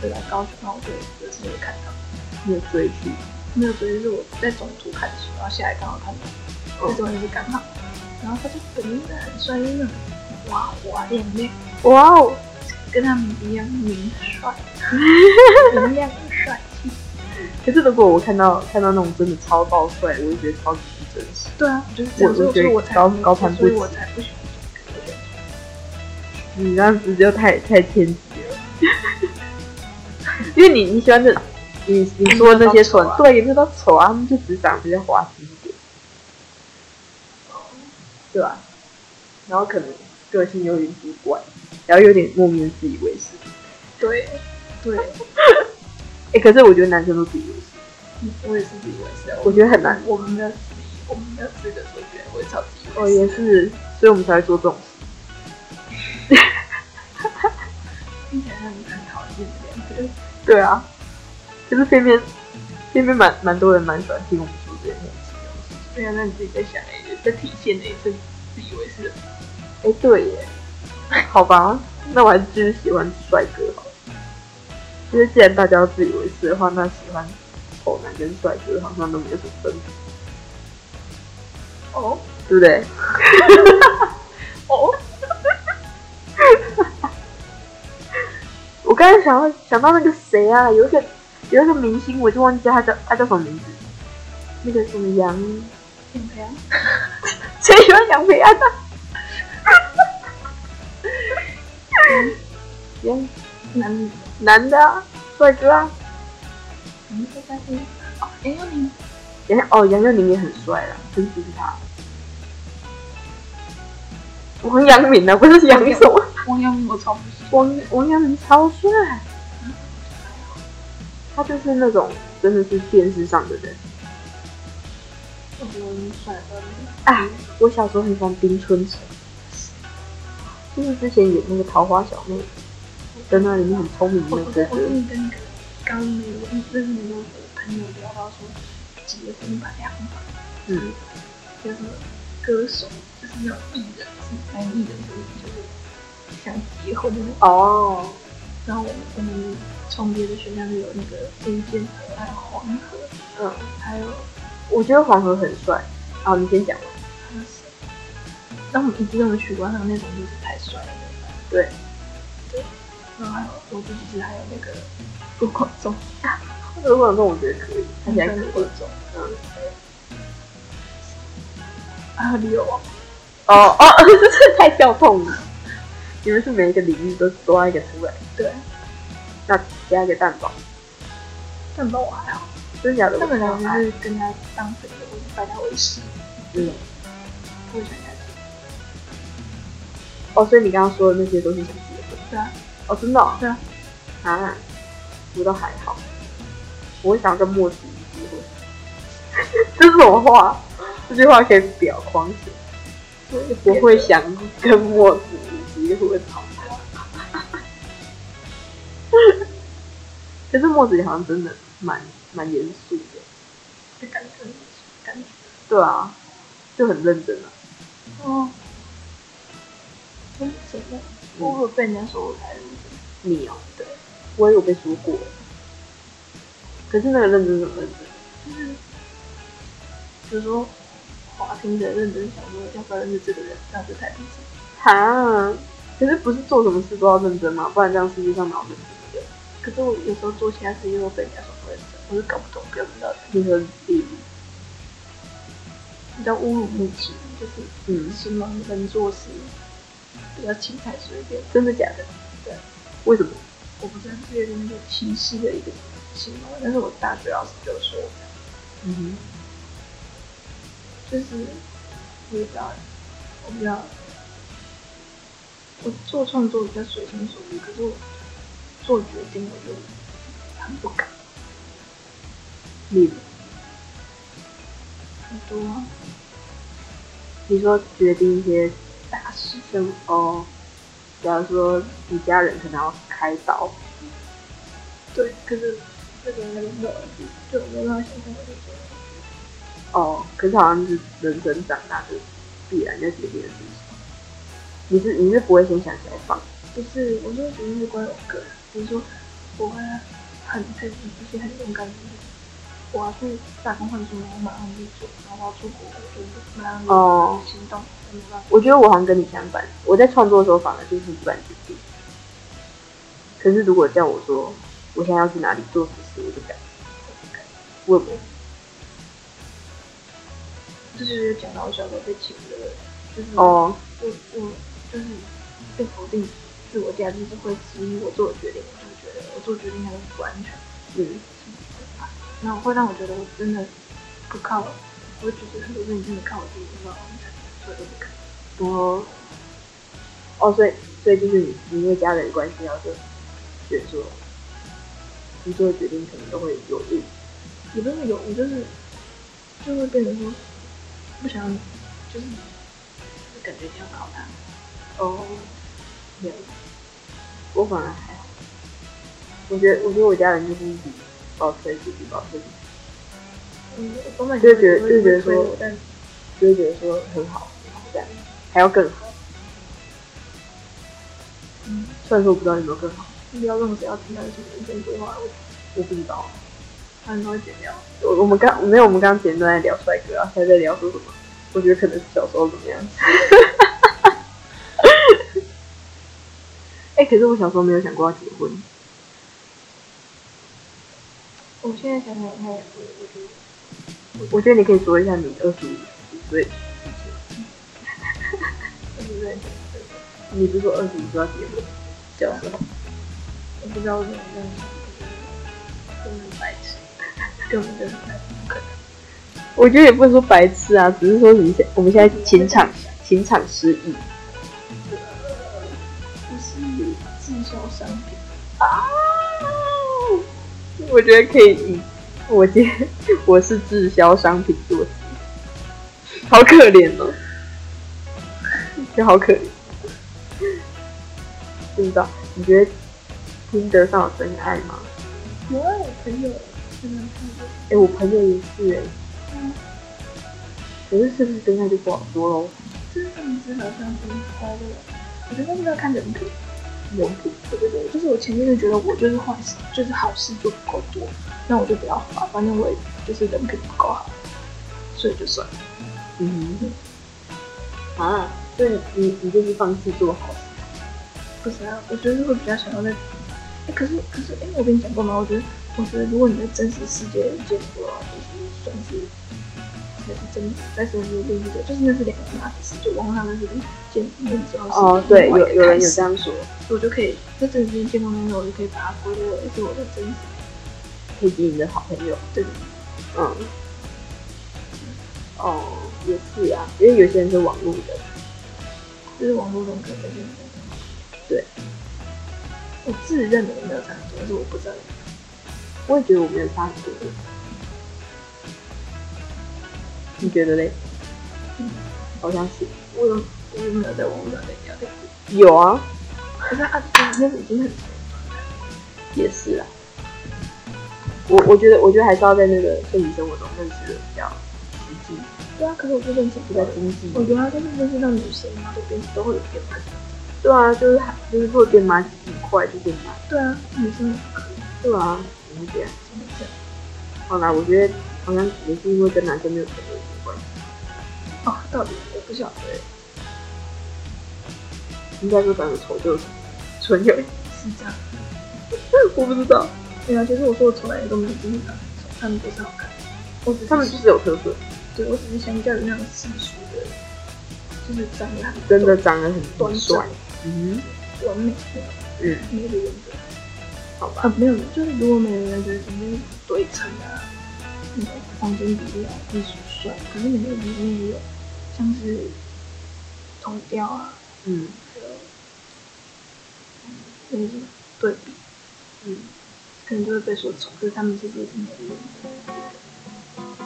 Speaker 3: 回来高雄，然后我就有直接看到，
Speaker 1: 你有追剧？
Speaker 3: 没有，所以就是我在中途看书，然后下来刚好看到，
Speaker 1: 哦
Speaker 3: 那时候就是刚好，然后他就哎本人真的很帅，就是那种哇哇亮亮，
Speaker 1: 哇哦，
Speaker 3: 跟他们一样明 <laughs> 帅，明亮又帅气。
Speaker 1: 可是如果我看到看到那种真的超爆帅，我就觉得超级不真实。
Speaker 3: 对啊，就是这样，
Speaker 1: 我
Speaker 3: 所以
Speaker 1: 我觉
Speaker 3: 所
Speaker 1: 得
Speaker 3: 以我才
Speaker 1: 高高攀不
Speaker 3: 所
Speaker 1: 起
Speaker 3: 以我才不喜欢这个人。
Speaker 1: 你这样子就太太偏激了， <laughs> 因为你你喜欢的，你你说的那些
Speaker 3: 也没有到丑
Speaker 1: 蠢
Speaker 3: 啊，
Speaker 1: 对，也不是都丑啊，他们就只长得比较滑稽一点，对吧、然后可能个性有点古怪，然后有点莫名的自以为是。
Speaker 3: 对对，
Speaker 1: 哎、可是我觉得男生都自以为是，
Speaker 3: 嗯我也是自以为是啊，
Speaker 1: 我觉得很难。
Speaker 3: 我们的我们的这个说觉得哦我也超自以
Speaker 1: 我
Speaker 3: 为是。
Speaker 1: 哦也是，所以我们才会做这种事。
Speaker 3: 听起来很很讨厌的样子，
Speaker 1: 对啊，可是偏偏偏偏蛮蛮多人蛮喜欢听我们说这些东西。
Speaker 3: 对啊，那你自己再想一个，再体现了一次自以为是的。
Speaker 1: 哎、对耶，好吧，那我还是继续喜欢帅哥好了。因为既然大家都自以为是的话，那喜欢丑男跟帅哥好像都没有什么分别，
Speaker 3: 哦
Speaker 1: 对不对？
Speaker 3: 哦，
Speaker 1: 我刚才想到想到那个谁啊，有一个有一个明星，我就忘记他叫他叫什么名字，那个什么羊，
Speaker 3: 养培安，谁喜欢养培安啊
Speaker 1: <laughs>
Speaker 3: 呢、
Speaker 1: 羊
Speaker 3: 男
Speaker 1: 男的啊，帅哥啊，
Speaker 3: 男的三星哦，杨佑宁，
Speaker 1: 杨哦杨佑宁也很帅啦，真是他。王阳明啊，不是杨什么？
Speaker 3: 王阳明我超不喜欢，
Speaker 1: 王王阳明超帅，他就是那种真的是电视上的人。
Speaker 3: 我觉得你帅哥那
Speaker 1: 啊，我小时候很喜欢冰春城，就是之前演那个《桃花小妹》的那里面很聪明的
Speaker 3: 我
Speaker 1: 那
Speaker 3: 我
Speaker 1: 个
Speaker 3: 我
Speaker 1: 哥
Speaker 3: 最
Speaker 1: 哥，
Speaker 3: 近跟一个刚没有认识没多久的朋友聊到说结婚吧，两个啊
Speaker 1: 嗯，
Speaker 3: 就是歌手，就是那种艺人，是男艺人，就是想结婚的那种。
Speaker 1: 哦，
Speaker 3: 然后我们我们从别的学校就有那个飞剑河，还有黄河，
Speaker 1: 嗯，
Speaker 3: 还有
Speaker 1: 我觉得黄河很帅。哦，你先讲吧。
Speaker 3: 还有谁？然后呃我们一直都有去过，还有那种就是太帅了。
Speaker 1: 对，
Speaker 3: 然后还有我自己是还有那个顾广仲，
Speaker 1: 如果跟我觉得可以，看起来可
Speaker 3: 顾
Speaker 1: 以
Speaker 3: 广。仲，
Speaker 1: 嗯，
Speaker 3: 还有李友王，
Speaker 1: 哦哦， <laughs> 这太跳痛了。你们是每一个领域都抓一个出来，
Speaker 3: 对，
Speaker 1: 那加一个蛋堡，
Speaker 3: 但不知道我还好。
Speaker 1: 真的假的？
Speaker 3: 他们俩
Speaker 1: 我
Speaker 3: 就是跟他当朋友，我就拜他为师，
Speaker 1: 嗯，
Speaker 3: 不会想开始。
Speaker 1: 哦，所以你刚刚说的那些都是想结婚。
Speaker 3: 对啊，
Speaker 1: 哦，真的、哦？
Speaker 3: 对啊。
Speaker 1: 啊，我倒还好。我会想要跟莫子仪结婚。 <laughs> 这是什么话？这句话可以表框写。
Speaker 3: 所以
Speaker 1: 我会想跟莫子仪结婚。 <laughs> 可是莫子仪好像真的蛮蛮严肃的。
Speaker 3: 的感觉，感觉
Speaker 1: 对啊，就很认真啊。
Speaker 3: 哦，嗯，怎么？我会被人家说我太认真，
Speaker 1: 你哦，对，我也有被说过。可是那个认真是很认真。
Speaker 3: 就是比如说华听的认真想说要不要认识这个人，那就太认真。
Speaker 1: 哈，啊可是不是做什么事都要认真吗？不然这样世界上哪有认真的人？
Speaker 3: 可是我有时候做其他事情又会被人家说不认真，我就搞不懂标准到底，
Speaker 1: 你说例
Speaker 3: 比较侮辱目己，就是
Speaker 1: 嗯，
Speaker 3: 形容人做事比较轻彩随便。
Speaker 1: 真的假的？
Speaker 3: 对，
Speaker 1: 为什么？
Speaker 3: 我不是对那个歧视的一个形容，但是我大学老师就说，
Speaker 1: 嗯
Speaker 3: 就是我也不知道，我不知道，我做创作比较随心所欲，可是我做决定我就很不敢，
Speaker 1: 你
Speaker 3: 很多啊
Speaker 1: 你说决定一些
Speaker 3: 大事，
Speaker 1: 生哦，假如说你家人可能要开刀，
Speaker 3: 对，可是那个那个没有，就我没办法想象，我就觉得
Speaker 1: 哦，可是好像是人生长大就必然要决定的事情。你是你是不会先想起来放，
Speaker 3: 不是，我就觉得是关于我个人，比如说我会很佩服一些很勇敢的人。我要去打工换宿，然后马上就做，然后我要出国，我就马上
Speaker 1: 哦
Speaker 3: 就行动，没办法。
Speaker 1: 我觉得我好像跟你相反，我在创作的时候反而就是不敢决定。可是如果叫我说我现在要去哪里做什么事，我就敢，我也不会
Speaker 3: 这就是讲到我小时候被欺负的人，就是
Speaker 1: 哦，
Speaker 3: 我我就是被否定自我价值，是会质疑我做的决定，我就觉得我做决定还是不安全，
Speaker 1: 嗯，
Speaker 3: 然后会让我觉得我真的不靠，我觉得很多事情真的靠我自己没办法完成，所以我就不敢。
Speaker 1: 哦，哦，所以所以就是你你因为家人的关系，然后就觉得说你做的决定可能都会有误，
Speaker 3: 也不是有，我就是就会变成说不想，就是就是感觉一定要靠他。
Speaker 1: 哦，对，我反而还好，我觉得我觉得我家人就是一直保持自己保持自己。
Speaker 3: 嗯，我爸妈
Speaker 1: 就觉得就觉得
Speaker 3: 会催
Speaker 1: 说
Speaker 3: 我，但
Speaker 1: 就会觉得说很好，很好这样还要更好。
Speaker 3: 嗯，
Speaker 1: 虽然说我不知道有没有更好，
Speaker 3: 不要让谁要听到什么人生规划，我
Speaker 1: 我不知道。
Speaker 3: 他们都会剪掉。
Speaker 1: 我我们刚没有，我们刚前段在聊帅哥啊，现在在聊说什么？我觉得可能是小时候怎么样。 <laughs> 哎、可是我小时候没有想过要结婚，
Speaker 3: 我现在想想看，我我觉得
Speaker 1: 我觉得你可以说一下你二十五岁的事情。
Speaker 3: 对不对？
Speaker 1: 你不是说二十五岁要结婚？
Speaker 3: 对啊，我不知道为什么这样想，根本白痴，根本就是白痴，不可能。
Speaker 1: 我觉得也不能说白痴啊，只是说你现我们现在情场情场失意。
Speaker 3: 不是滞销商品，
Speaker 1: 哦我觉得可以以我接我是滞销商品做题，好可怜哦，就好可怜。不知道你觉得听得上有真爱吗？
Speaker 3: 有啊，我朋友真的看过。
Speaker 1: 哎、我朋友也是哎、
Speaker 3: 嗯
Speaker 1: 可是是不是真爱就不好说喽？
Speaker 3: 就是他们之好像是快乐，我觉得那是要看人品。
Speaker 1: 人
Speaker 3: 品，对对对，就是我前面就觉得我就是坏事，就是好事做不够多，那我就不要花，反正我也就是人品不够好，所以就算了。
Speaker 1: 嗯，啊，所以你你就是放弃做好事，
Speaker 3: 不是啊，我觉得会比较想要在，哎，可是可是，哎，我跟你讲过吗？我觉得我觉得如果你在真实世界见过的话，就是算是。那是真，但是是另一个，就是那是两个马子，就网上那是见面之后是
Speaker 1: 哦，对，
Speaker 3: 另外一
Speaker 1: 有
Speaker 3: 个
Speaker 1: 有人
Speaker 3: 开
Speaker 1: 有
Speaker 3: 始
Speaker 1: 这样说，
Speaker 3: 我就可以在这里面见到那个，我就可以把它归类为是我的真实
Speaker 1: 可以给你的好朋友，
Speaker 3: 对的
Speaker 1: 嗯，哦，也是啊，因为有些人是网络的，
Speaker 3: 就是网络人格的认同。
Speaker 1: 对，
Speaker 3: 我自认为没有差很多，但是我不知道。
Speaker 1: 我也觉得我没有差很多，你觉得嘞？嗯好像是
Speaker 3: 我有我有没有在网络上跟人家聊过？
Speaker 1: 有啊，
Speaker 3: 可是啊，那是已经很
Speaker 1: 也是啊。我我觉得，我觉得还是要在那个现实生活中认识的比较实际，嗯
Speaker 3: 对啊，可是我就认识
Speaker 1: 比
Speaker 3: 不
Speaker 1: 较
Speaker 3: 到。
Speaker 1: 经济。
Speaker 3: 我觉得就是认识到女生，然后都变都会有变化。
Speaker 1: 对啊，就是还就是会变蛮很快就变蛮，
Speaker 3: 对啊，女生
Speaker 1: 对啊，怎么讲？
Speaker 3: 怎么这样？
Speaker 1: 好啦，我觉得好像也是因为跟男生没有朋友有关系，
Speaker 3: 哦，到底我不晓得。
Speaker 1: 应该说咱们仇就是 <laughs> 纯友谊，
Speaker 3: 是这样，
Speaker 1: 我不知道，
Speaker 3: 对啊，其实我说我从来都没有经历到那种，他们不是好看，我只是
Speaker 1: 他们就是有特色，
Speaker 3: 对我只是相较于那种世俗的，就是长得很
Speaker 1: 真的长得很
Speaker 3: 端
Speaker 1: 帅
Speaker 3: 正，
Speaker 1: 嗯
Speaker 3: 完美的
Speaker 1: 嗯，
Speaker 3: 那个人格
Speaker 1: 好吧，
Speaker 3: 啊，没有，就是如果每个人格里面对称啊，那种黄金比例啊，艺术帅，可是每个人里面也有像是同调啊，
Speaker 1: 嗯
Speaker 3: 还有那个什么对比，
Speaker 1: 嗯，
Speaker 3: 可能就会被说丑，可是他们其实也是美丽的。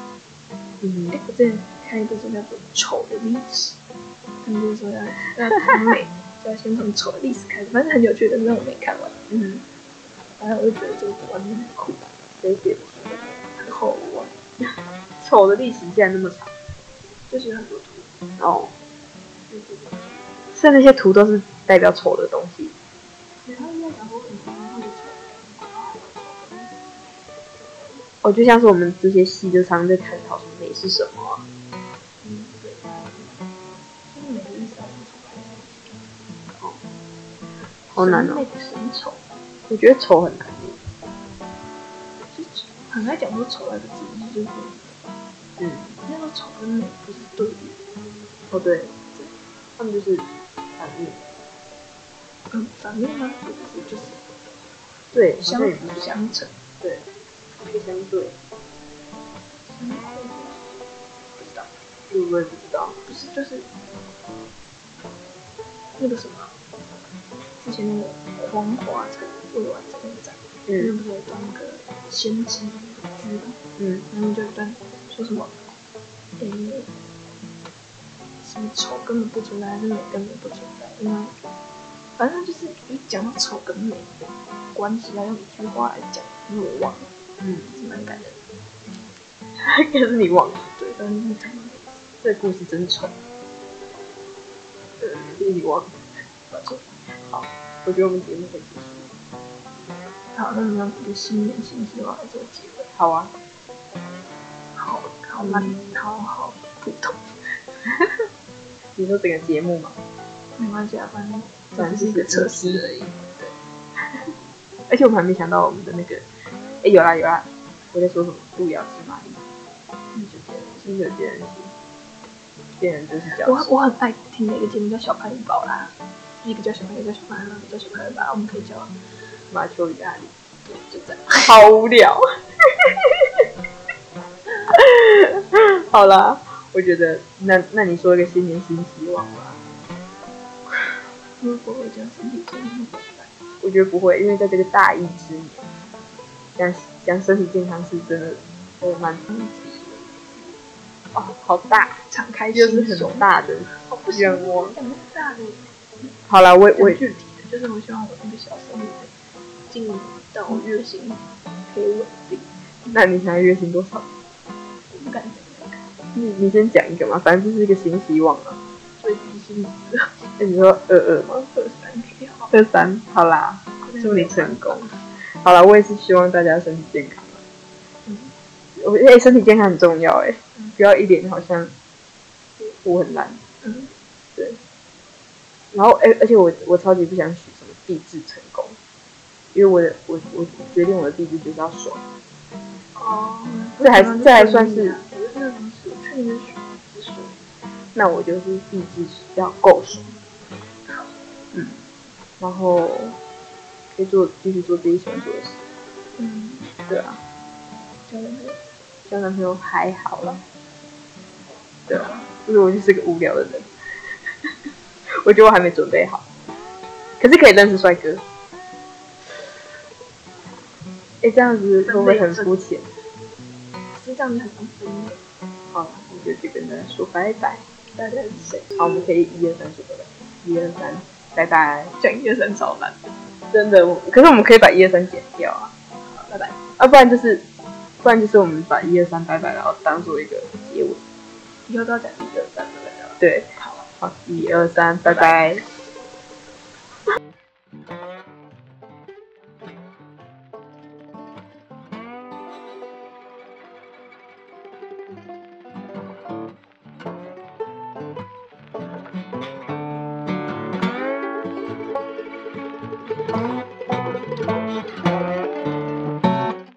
Speaker 1: 嗯
Speaker 3: 哎，我之前看一个说叫做丑的历史，他们就说要要从美，就要先从丑的历史开始，反正很有趣的，但是我没看完。
Speaker 1: 嗯，
Speaker 3: 反正我就觉得这个观念很酷，
Speaker 1: 谁写的？
Speaker 3: 很好玩，
Speaker 1: 丑的历史竟然那么长
Speaker 3: 就是很多图，
Speaker 1: 哦，
Speaker 3: 就是
Speaker 1: 所以那些图都是代表丑的东西，
Speaker 3: 然后又讲过很多很多
Speaker 1: 哦，就像是我们这些戏就常常在探讨说美是什么啊、
Speaker 3: 嗯，对，就是每个意思要不出
Speaker 1: 好
Speaker 3: 来，
Speaker 1: 难
Speaker 3: 审美
Speaker 1: 哦，
Speaker 3: 的审丑，
Speaker 1: 我觉得丑很难，
Speaker 3: 就是很爱讲说丑那个字，就是
Speaker 1: 嗯，
Speaker 3: 那个丑跟美不是对立的，
Speaker 1: 哦对，对他们就是反面。
Speaker 3: 嗯，反面吗？就是就是
Speaker 1: 对，
Speaker 3: 相
Speaker 1: 好像也不
Speaker 3: 辅相成，
Speaker 1: 对，不相对，
Speaker 3: 相互不知道。
Speaker 1: 就我也不知道。
Speaker 3: 不是就是那个什么，之前那个黄华城未完成那个展，就是
Speaker 1: 嗯
Speaker 3: 不是有一段那个先知剧嘛，
Speaker 1: 嗯
Speaker 3: 然后就有一段说什么，诶、什么丑根本不存在，还是美根本不存在，因为反正就是一讲到丑跟美的关系，要用一句话来讲，因为我忘了，
Speaker 1: 嗯， <laughs>
Speaker 3: 是蛮感人的。
Speaker 1: 可是你忘了，
Speaker 3: 对，但是就是讲到美，
Speaker 1: 这故事真丑。嗯，是你忘了。
Speaker 3: 抱歉。
Speaker 1: 我觉得我们节目可以结束。
Speaker 3: 好，那我们要不新年新希望来做结尾。
Speaker 1: 好啊，
Speaker 3: 好好烂，好好普通，
Speaker 1: 你说整个节目嘛，
Speaker 3: 没关系啊，反正
Speaker 1: 反
Speaker 3: 这
Speaker 1: 正
Speaker 3: 只是一个测试而
Speaker 1: 已
Speaker 3: 已。。
Speaker 1: 而且我们还没想到我们的那个，哎，有啦有啦，我在说什么？路遥知马力。新酒店，新酒店是店员就是讲，
Speaker 3: 我我很爱听的一个节目叫《小潘与宝拉》，一个叫小潘，一个叫小潘，一个叫小潘吧，我们可以叫
Speaker 1: 马丘与阿里，
Speaker 3: 对，就这样。
Speaker 1: 好无聊。 <laughs> 好啦，我觉得那那你说一个新年新希望吧，
Speaker 3: 如果我这样身体健康怎么办？
Speaker 1: 我觉得不会，因为在这个大疫之年，讲讲身体健康是真的，真的蛮自己的，哦，好大，
Speaker 3: 敞开
Speaker 1: 又
Speaker 3: 心
Speaker 1: 是
Speaker 3: 胸
Speaker 1: 很，大的。
Speaker 3: 哦不行，
Speaker 1: 愿望
Speaker 3: 我讲大的，
Speaker 1: 好啦，我我
Speaker 3: 很具体的，就是我希望我那个小生命进到月薪可以稳定，
Speaker 1: 那你现在月薪多少？
Speaker 3: 我不敢讲，
Speaker 1: 你你先讲一个嘛，反正这是一个新希望啊。
Speaker 3: 最低薪资
Speaker 1: 那你说二二吗？
Speaker 3: 二三 K 好，
Speaker 1: 二三，好啦，祝你成功。好啦，我也是希望大家身体健康啊。
Speaker 3: 嗯
Speaker 1: 我哎、欸身体健康很重要哎、
Speaker 3: 嗯
Speaker 1: 不要一脸好像我很懒。
Speaker 3: 嗯，
Speaker 1: 然后哎、而且我我超级不想许什么励志成功，因为我的我我决定我的励志就是要爽。
Speaker 3: 哦，
Speaker 1: 这还这还算是，
Speaker 3: 我就是那种是去年是是说，
Speaker 1: 那我就是励志要够爽，嗯，然后可以做继续做自己喜欢做的事，
Speaker 3: 嗯，
Speaker 1: 对啊，
Speaker 3: 交男朋友，
Speaker 1: 交男朋友还好啦，对啊，因为我就是个无聊的人， <laughs> 我觉得我还没准备好，可是可以认识帅哥，哎，这样子会不会很肤浅？
Speaker 3: 其实这样你很伤心耶，
Speaker 1: 好啦，那就去跟大家说拜拜，
Speaker 3: 大家是谁？
Speaker 1: 好，我们可以一二三说拜拜，一二三，拜拜。
Speaker 3: 讲一二三超难，
Speaker 1: 真的，我可是我们可以把一二三剪掉啊，
Speaker 3: 好拜拜。
Speaker 1: 啊，不然就是，不然就是我们把一二三拜拜，然后当做一个结尾。
Speaker 3: 以后都要讲一二三，拜拜拜拜。
Speaker 1: 对，好，一二三，拜拜。